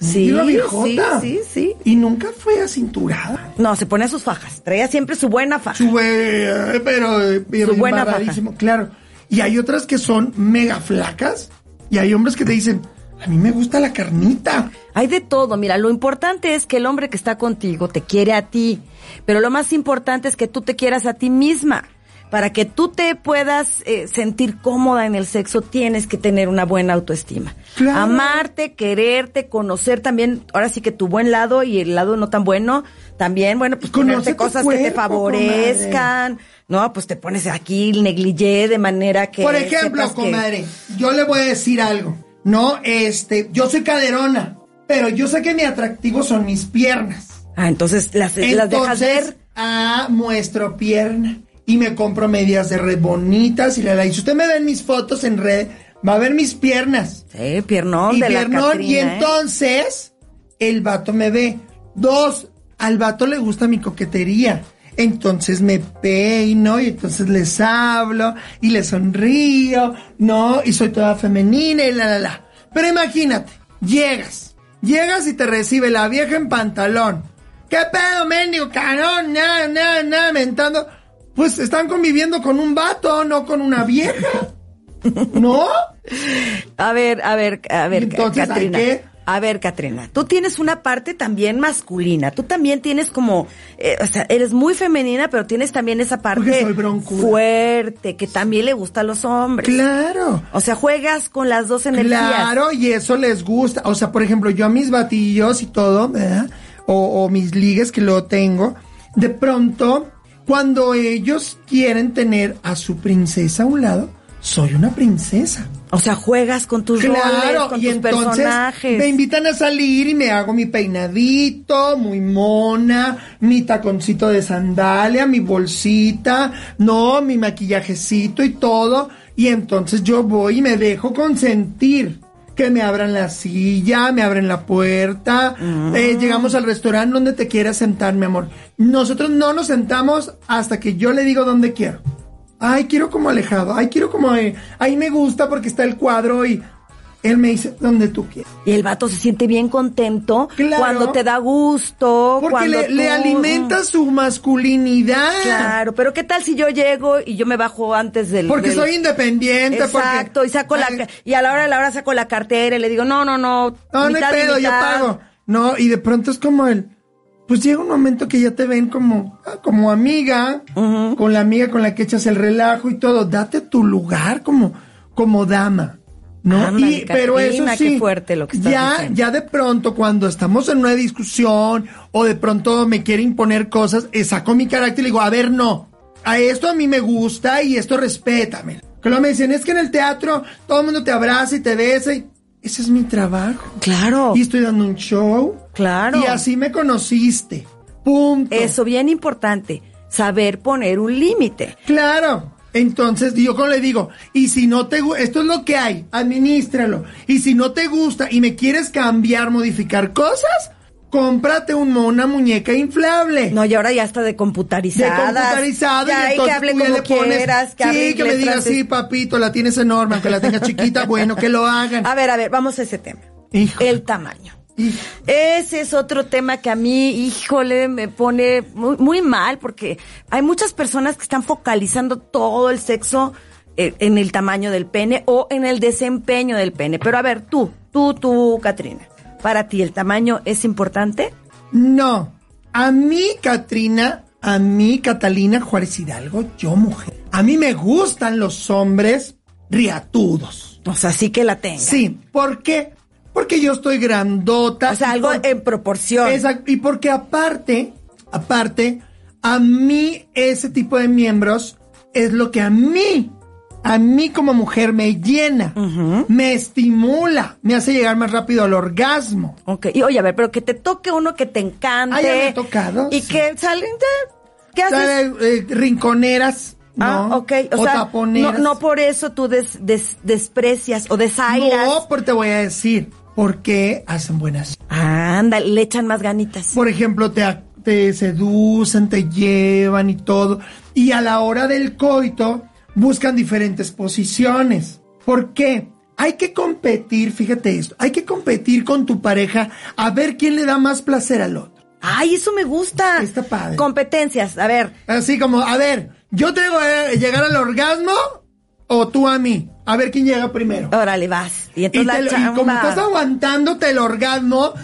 Sí, "Mira, viejota". sí, sí, Y nunca fue acinturada. No, se ponía sus fajas. Traía siempre su buena faja. Su, eh, pero eh, Su buena embarradísimo, claro. Y hay otras que son mega flacas. Y hay hombres que te dicen, a mí me gusta la carnita. Hay de todo, mira, lo importante es que el hombre que está contigo te quiere a ti, pero lo más importante es que tú te quieras a ti misma. Para que tú te puedas eh, sentir cómoda en el sexo, tienes que tener una buena autoestima. Claro. Amarte, quererte, conocer también, ahora sí que tu buen lado y el lado no tan bueno, también, bueno, pues Conoce ponerte tu cosas que te cuerpo, favorezcan. No, pues te pones aquí el negligé de manera que... Por ejemplo, sepas que- comadre, yo le voy a decir algo. No, este, yo soy caderona, pero yo sé que mi atractivo son mis piernas. Ah, entonces las, las dejas Entonces, ver. Ah, muestro pierna. Y me compro medias de red bonitas y la la. Y si usted me ve en mis fotos en red, va a ver mis piernas. Sí, piernón y de la piernón, Catrina, Y ¿eh? entonces, el vato me ve. Dos, al vato le gusta mi coquetería. Entonces me peino y entonces les hablo y les sonrío, ¿no? Y soy toda femenina y la, la, la. Pero imagínate, llegas, llegas y te recibe la vieja en pantalón. ¿Qué pedo, mendigo? Carón, na, na, na, mentando. Pues están conviviendo con un vato, no con una vieja. ¿No? A ver, a ver, a ver, Entonces, ¿hay Catrina. qué? A ver, Catrina, tú tienes una parte también masculina. Tú también tienes como, eh, o sea, eres muy femenina, pero tienes también esa parte fuerte que también le gusta a los hombres. Claro. O sea, juegas con las dos energías. Claro, y eso les gusta. O sea, por ejemplo, yo a mis batillos y todo, ¿verdad? O, o mis ligues que lo tengo, de pronto, cuando ellos quieren tener a su princesa a un lado, soy una princesa. O sea, juegas con tus roles, con tus personajes. me invitan a salir y me hago mi peinadito, muy mona, mi taconcito de sandalia, mi bolsita, no, mi maquillajecito y todo. Y entonces yo voy y me dejo consentir. Que me abran la silla, me abren la puerta. eh, llegamos al restaurante donde te quieras sentar, mi amor. Nosotros no nos sentamos hasta que yo le digo dónde quiero. Ay, quiero como alejado. Ay, quiero como... eh, ahí me gusta porque está el cuadro y... Él me dice, donde tú quieras. Y el vato se siente bien contento Claro. cuando te da gusto. Porque cuando le, le tú- alimenta su masculinidad. Claro, pero ¿qué tal si yo llego y yo me bajo antes del... Porque del- soy independiente. Exacto, y saco la ca- y a la hora de la hora saco la cartera y le digo, "No, no, no, Porque, no, no hay mitad y pedo, yo mitad". pago. No, y de pronto es como el... Pues llega un momento que ya te ven como, ah, como amiga, con la amiga con la que echas el relajo y todo. Date tu lugar como, como dama. ¿no? Ándale, Y- pero eso Catrina, sí, Ah, qué fuerte lo que estás ya, diciendo. ya de pronto cuando estamos en una discusión o de pronto me quiere imponer cosas, eh, saco mi carácter y le digo, a ver, no, a esto a mí me gusta y esto respétame. Que luego me dicen, es que en el teatro todo el mundo te abraza y te besa y ese es mi trabajo. Claro. Y estoy dando un show. Claro. Y así me conociste. Punto. Eso bien importante, saber poner un límite. Claro. Entonces, yo como le digo, y si no te gusta, esto es lo que hay, administralo. Y si no te gusta y me quieres cambiar, modificar cosas, cómprate un, mo- una muñeca inflable. No, y ahora ya está de computarizadas. De computarizada. Ya, y y que entonces hable tú como ya le pones, quieras, que Sí, que arregle, me digas, trate". sí, papito, la tienes enorme, aunque la tengas chiquita, bueno, que lo hagan. A ver, a ver, vamos a ese tema. El tamaño. Ese es otro tema que a mí, híjole, me pone muy, muy mal porque hay muchas personas que están focalizando todo el sexo eh, en el tamaño del pene o en el desempeño del pene. Pero a ver, tú, tú, tú, Katrina, ¿para ti el tamaño es importante? No. A mí, Katrina, a mí, Catalina Juárez Hidalgo, yo mujer. A mí me gustan los hombres riatudos. O sea, sí que la tenga. Sí, ¿por qué? Porque yo estoy grandota. O sea, algo en proporción. Exacto. Y porque aparte, aparte, a mí ese tipo de miembros es lo que a mí, a mí como mujer me llena, me estimula, me hace llegar más rápido al orgasmo. Ok, y oye, a ver, pero que te toque uno que te encante. Ah, ya me he tocado, Y sí. que salen de... ¿Qué haces? Sale, eh, rinconeras. Ah, ¿no? ok. O, sea, no, taponeras. no por eso tú des- des- desprecias o desairas. No, pero te voy a decir por qué hacen buenas. Anda, le echan más ganitas. Por ejemplo, te, a- te seducen, te llevan y todo. Y a la hora del coito buscan diferentes posiciones. ¿Por qué? Hay que competir, fíjate esto, hay que competir con tu pareja a ver quién le da más placer al otro. Ay, eso me gusta. Está padre. Competencias, a ver. Así como, a ver, yo tengo que llegar al orgasmo o tú a mí. A ver quién llega primero. Órale, vas. Y Y, entonces la te lo- y chamba. como estás aguantándote el orgasmo,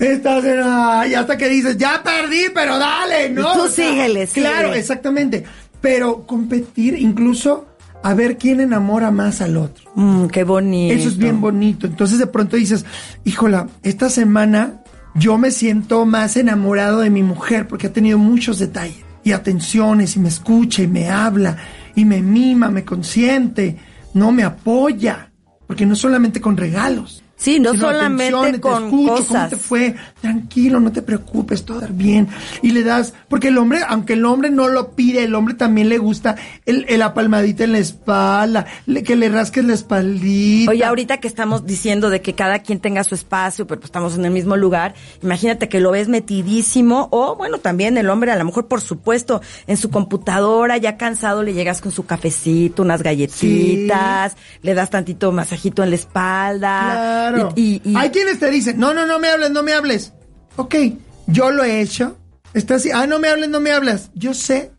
estás en. Ay, hasta que dices, ya perdí, pero dale, ¿no? Tú O sea, síguele, síguele. Claro, exactamente. Pero competir incluso a ver quién enamora más al otro. Mm, qué bonito. Eso es bien bonito. Entonces de pronto dices, híjola, esta semana yo me siento más enamorado de mi mujer porque ha tenido muchos detalles y atenciones y me escucha y me habla y me mima, me consiente, no me apoya, porque no solamente con regalos. Sí, no sino solamente atenciones, con te escucho, cosas. ¿cómo te fue? Tranquilo, no te preocupes, todo va a estar bien. Y le das, porque el hombre, aunque el hombre no lo pide, el hombre también le gusta el, el- la palmadita en la espalda, le- que le rasques la espaldita. Oye, ahorita que estamos diciendo de que cada quien tenga su espacio, pero pues estamos en el mismo lugar, imagínate que lo ves metidísimo o bueno, también el hombre a lo mejor, por supuesto, en su computadora, ya cansado, le llegas con su cafecito, unas galletitas, le das tantito masajito en la espalda. Claro. Y, y- y- Hay quienes te dicen, no, no, no me hables, no me hables. Ok, yo lo he hecho. Está así, ah, no me hables, no me hablas. Yo sé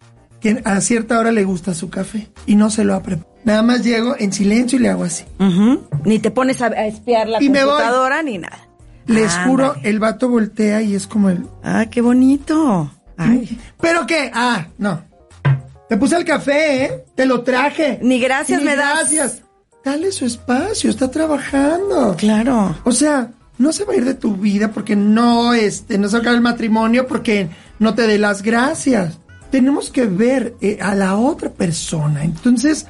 que a cierta hora le gusta su café y no se lo ha preparado. Nada más llego en silencio y le hago así. Ujú. Ni te pones a, a espiar la Y me voy. computadora ni nada. Les Ah, juro, ándale. el vato voltea y es como el... Ah, qué bonito. Mm. Ay. ¿Pero qué? Ah, no. Te puse el café, ¿eh? Te lo traje. Ni gracias Ni me das. Gracias. Dale su espacio, está trabajando. Claro. O sea, no se va a ir de tu vida porque no, este, no se va a acabar el matrimonio porque no te dé las gracias. Tenemos que ver eh, a la otra persona. Entonces,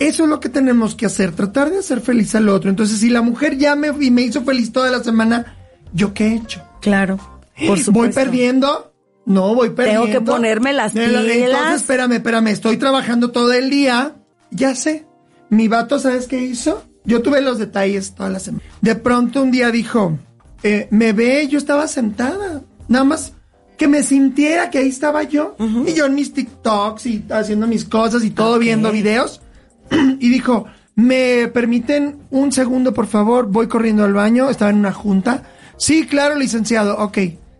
eso es lo que tenemos que hacer, tratar de hacer feliz al otro. Entonces, si la mujer ya me, y me hizo feliz toda la semana, ¿yo qué he hecho? Claro. Por supuesto. Voy perdiendo. No, voy Tengo perdiendo. que ponerme las pilas. Entonces, espérame, espérame. Estoy trabajando todo el día. Ya sé. Mi vato, ¿sabes qué hizo? Yo tuve los detalles toda la semana. De pronto un día dijo, eh, me ve, yo estaba sentada. Nada más que me sintiera que ahí estaba yo. Y yo en mis TikToks y haciendo mis cosas y todo viendo videos. y dijo, ¿me permiten un segundo, por favor? Voy corriendo al baño, estaba en una junta. Sí, claro, licenciado, ok.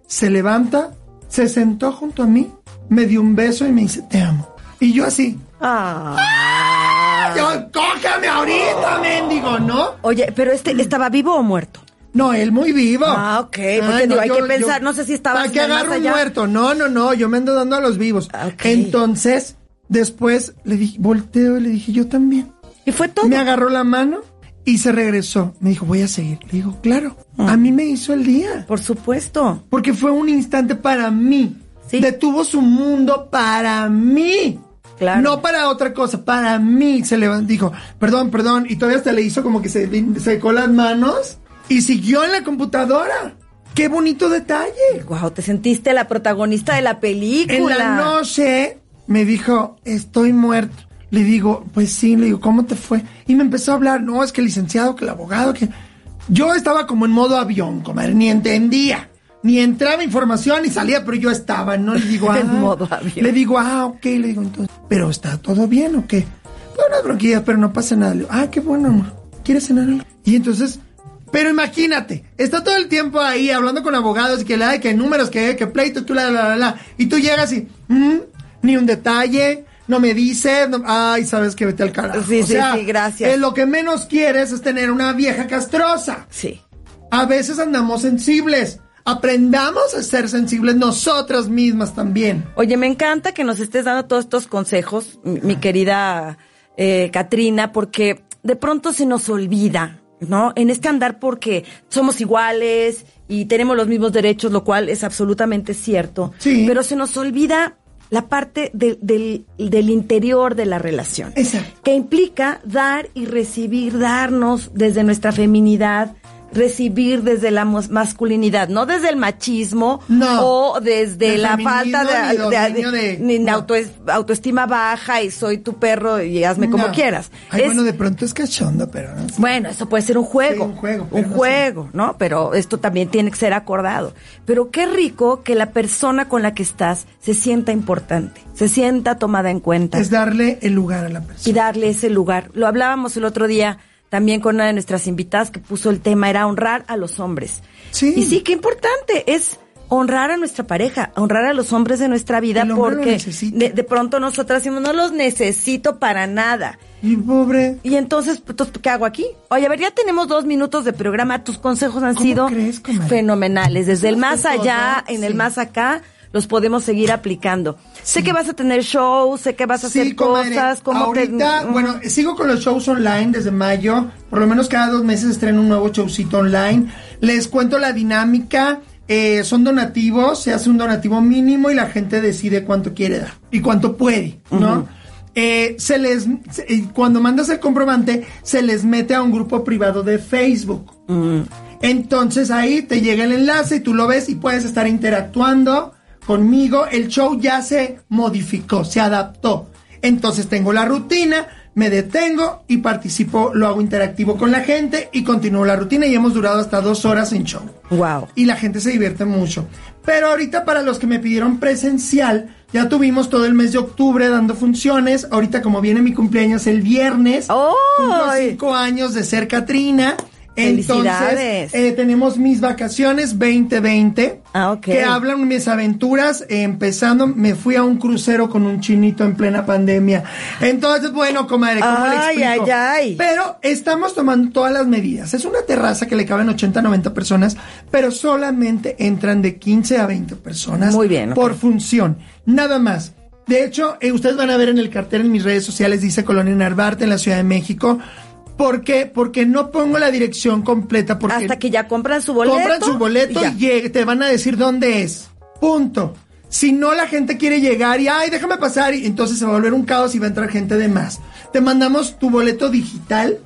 Se levanta, se sentó junto a mí, me dio un beso y me dice, te amo. Y yo así, Ah. yo, cógeme ahorita, mendigo, ¿no? Oye, pero este estaba vivo o muerto. No, él muy vivo. Ah, ok, porque digo, hay que pensar, no sé si estaba ¿Para qué más agarro un allá? Ah, muerto? No, no, no, yo me ando dando a los vivos. ok. Entonces, después le dije, volteo y le dije, yo también. Y fue todo. Me agarró la mano y se regresó. Me dijo, voy a seguir. Le digo, claro, a mí me hizo el día. Por supuesto. Porque fue un instante para mí. Detuvo su mundo para mí. Claro. No para otra cosa, para mí. Se levantó, dijo, perdón, perdón. Y todavía hasta le hizo como que se secó las manos y siguió en la computadora. ¡Qué bonito detalle! Wow, te sentiste la protagonista de la En película. la noche me dijo, estoy muerto. Le digo, pues sí, le digo, ¿cómo te fue? Y me empezó a hablar, no, es que el licenciado, que el abogado, que... Yo estaba como en modo avión, comadre, ni entendía, ni entraba información ni salía, pero yo estaba, ¿no? Le digo, ah, En modo avión. Le digo, ah, ok, le digo, entonces, pero está todo bien o qué? Pues unas bronquillas, pero no pasa nada. Le digo, ah, qué bueno, amor. ¿quieres cenar algo? Y entonces Pero imagínate, está todo el tiempo ahí hablando con abogados y que la de que números, que, que pleitos, que la, la, la, la. Y tú llegas y, mm, ni un detalle, no me dices, no- ay, sabes que vete al carajo. Sí, sí, sí, gracias. eh, lo que menos quieres es tener una vieja castrosa. Sí. A veces andamos sensibles. Aprendamos a ser sensibles nosotras mismas también. Oye, me encanta que nos estés dando todos estos consejos, mi, mi querida eh, Katrina, porque de pronto se nos olvida, ¿no? En este andar porque somos iguales y tenemos los mismos derechos, lo cual es absolutamente cierto. Sí. Pero se nos olvida la parte de- del, del interior de la relación. Que implica dar y recibir, darnos desde nuestra feminidad, recibir desde la mos- masculinidad, no desde el machismo o desde Del la feminismo falta de, ni dominio de- ni de autoes- autoestima baja y soy tu perro y hazme como No. quieras. Ay, Es- bueno, de pronto es cachondo, pero no sé. bueno, eso puede ser un juego. un juego, pero no ¿no? Pero esto también tiene que ser acordado. Pero qué rico que la persona con la que estás se sienta importante, se sienta tomada en cuenta. es darle el lugar a la persona. y darle ese lugar. Lo hablábamos el otro día también con una de nuestras invitadas que puso el tema, era honrar a los hombres. Sí. Y sí, qué importante es honrar a nuestra pareja, honrar a los hombres de nuestra vida El hombre lo porque necesita. de, de pronto nosotras decimos, no los necesito para nada. Y pobre. Y entonces, pues, entonces, ¿qué hago aquí? Oye, a ver, ya tenemos dos minutos de programa, tus consejos han sido fenomenales, desde el más allá, en el más acá. Los podemos seguir aplicando. Sé que vas a tener shows, sé que vas a hacer comadre. cosas, cómo te- Mm. Ahorita, Ujú. bueno, sigo con los shows online desde mayo. Por lo menos cada dos meses estreno un nuevo showcito online. Les cuento la dinámica. Eh, son donativos, se hace un donativo mínimo y la gente decide cuánto quiere dar y cuánto puede, ¿no? Eh, se les se- eh, cuando mandas el comprobante se les mete a un grupo privado de Facebook. Entonces ahí te llega el enlace y tú lo ves y puedes estar interactuando conmigo. El show ya se modificó, se adaptó. Entonces tengo la rutina, me detengo y participo, lo hago interactivo con la gente y continúo la rutina y hemos durado hasta dos horas en show. Wow. Y la gente se divierte mucho. Pero ahorita para los que me pidieron presencial, ya tuvimos todo el mes de octubre dando funciones. Ahorita como viene mi cumpleaños el viernes, cumplo cinco años de ser Catrina. Felicidades. Entonces, eh, tenemos mis vacaciones 2020. Ah, ok. Que hablan mis aventuras. eh, empezando, me fui a un crucero con un chinito en plena pandemia. Entonces, bueno, comadre, ¿cómo le Ay, explico? ay, ay. Pero estamos tomando todas las medidas. Es una terraza que le caben 80, 90 personas, pero solamente entran de 15 a 20 personas. Muy bien, ok. Por función. Nada más. De hecho, eh, ustedes van a ver en el cartel en mis redes sociales, dice Colonia Narvarte en la Ciudad de México. ¿Por qué? Porque no pongo la dirección completa. Porque Hasta que ya compran su boleto. Compran su boleto y ya. y llegue- te van a decir dónde es. Punto. Si no, la gente quiere llegar y, ay, déjame pasar. Y entonces se va a volver un caos y va a entrar gente de más. Te mandamos tu boleto digital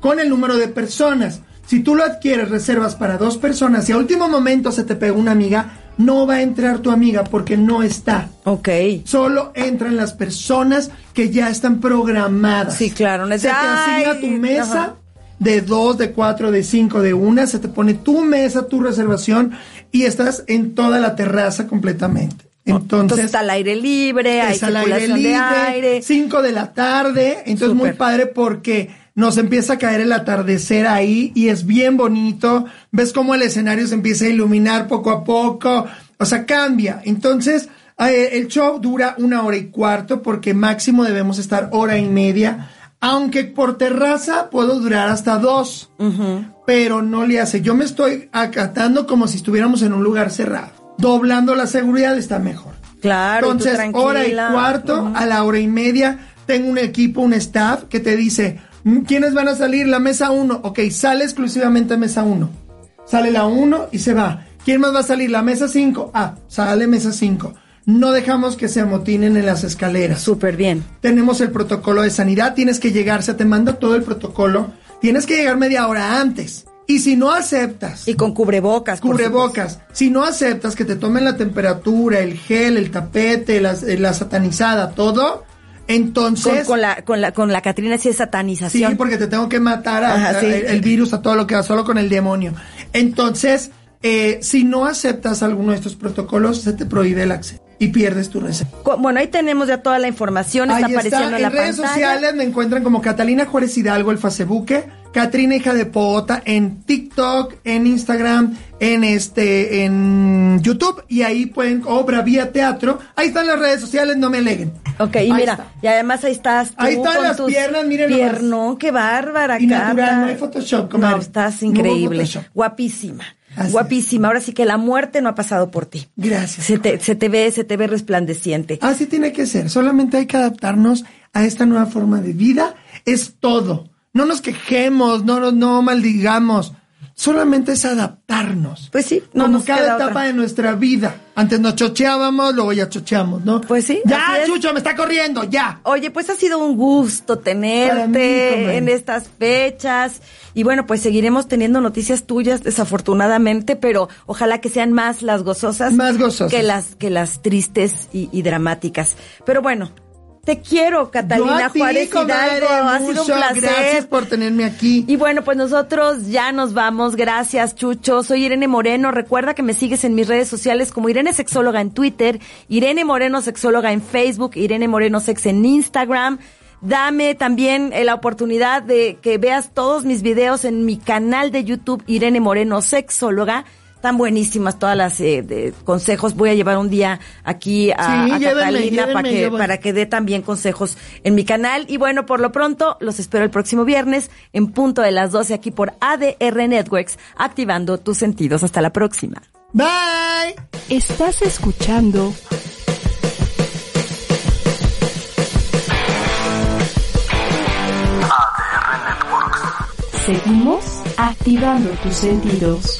con el número de personas. Si tú lo adquieres, reservas para dos personas y a último momento se te pegó una amiga, no va a entrar tu amiga porque no está. Ok. Solo entran las personas que ya están programadas. Sí, claro. No es se de, te asigna "Ay, tu mesa ajá". de dos, de cuatro, de cinco, de una, se te pone tu mesa, tu reservación y estás en toda la terraza completamente. Entonces, Oh, Entonces está al aire libre, hay es al aire circulación libre, de aire. cinco de la tarde, entonces muy Súper. padre porque nos empieza a caer el atardecer ahí y es bien bonito, ves cómo el escenario se empieza a iluminar poco a poco, o sea, cambia. Entonces, eh, el show dura una hora y cuarto porque máximo debemos estar hora y media, aunque por terraza puedo durar hasta dos, pero no le hace. Yo me estoy acatando como si estuviéramos en un lugar cerrado. Doblando la seguridad está mejor. Claro, tú Entonces, tranquila. hora y cuarto, Ujú. a la hora y media, tengo un equipo, un staff que te dice, "Mm, ¿quiénes van a salir? La mesa 1. Ok, sale exclusivamente mesa 1. Sale la 1 y se va. ¿Quién más va a salir? La mesa 5. Ah, sale mesa 5. No dejamos que se amotinen en las escaleras. Súper bien. Tenemos el protocolo de sanidad, tienes que llegar, se te manda todo el protocolo. Tienes que llegar media hora antes. Y si no aceptas. Y con cubrebocas. por Cubrebocas. Si no aceptas que te tomen la temperatura, el gel, el tapete, las- eh, la, satanizada, todo, Con, entonces. con la con la con la Catrina sí es sí, satanización. porque te tengo que matar a- Ajá, a- sí. el, el virus, a todo lo que da, solo con el demonio. Entonces, eh, si no aceptas alguno de estos protocolos, se te prohíbe el acceso. y pierdes tu reserva. Co- Bueno, ahí tenemos ya toda la información, Ahí está apareciendo está. en la en redes pantalla. sociales me encuentran como Catalina Juárez Hidalgo, el Facebooke, Catrina Hija de Poota, en TikTok, en Instagram, en este, en YouTube, y ahí pueden, obra vía teatro. Ahí están las redes sociales, no me aleguen. Ok, y mira, y además ahí estás. tú Ahí están con las tus piernas, miren nomás. Piernón, qué bárbara, Y natural, Cata. no hay Photoshop, No, comadre. estás No hubo increíble. Photoshop. Guapísima. Guapísima. Ahora sí que la muerte no ha pasado por ti. Gracias. Se te, se te ve, se te ve resplandeciente. Así tiene que ser. Solamente hay que adaptarnos a esta nueva forma de vida. Es todo. No nos quejemos, no nos no maldigamos. Solamente es adaptarnos. Pues sí, no Como nos cada queda etapa otra. de nuestra vida. Antes nos chocheábamos, luego ya chocheamos, ¿no? Pues sí. Ya, así es. Chucho, me está corriendo, ya. Oye, pues ha sido un gusto Para mí, tenerte comadre. en estas fechas. Y bueno, pues seguiremos teniendo noticias tuyas, desafortunadamente, pero ojalá que sean más las gozosas. Más gozosas. Que las, que las tristes y, y dramáticas. Pero bueno, te quiero, Catalina Yo a ti, Juárez comadre, Hidalgo. Ha sido un mucho. placer. Gracias por tenerme aquí. Y bueno, pues nosotros ya nos vamos. Gracias, Chucho. Soy Irene Moreno. Recuerda que me sigues en mis redes sociales como Irene Sexóloga en Twitter, Irene Moreno Sexóloga en Facebook, Irene Moreno Sex en Instagram. Dame también eh, la oportunidad de que veas todos mis videos en mi canal de YouTube, Irene Moreno Sexóloga. Están buenísimas todas las eh, de- consejos. Voy a llevar un día aquí a, Sí, a llévenme, Catalina para llévenme, que llévenme. para que dé también consejos en mi canal. Y bueno, por lo pronto, los espero el próximo viernes en punto de las 12 aquí por ADR Networks, activando tus sentidos. Hasta la próxima. Bye. Estás escuchando Seguimos activando tus sentidos.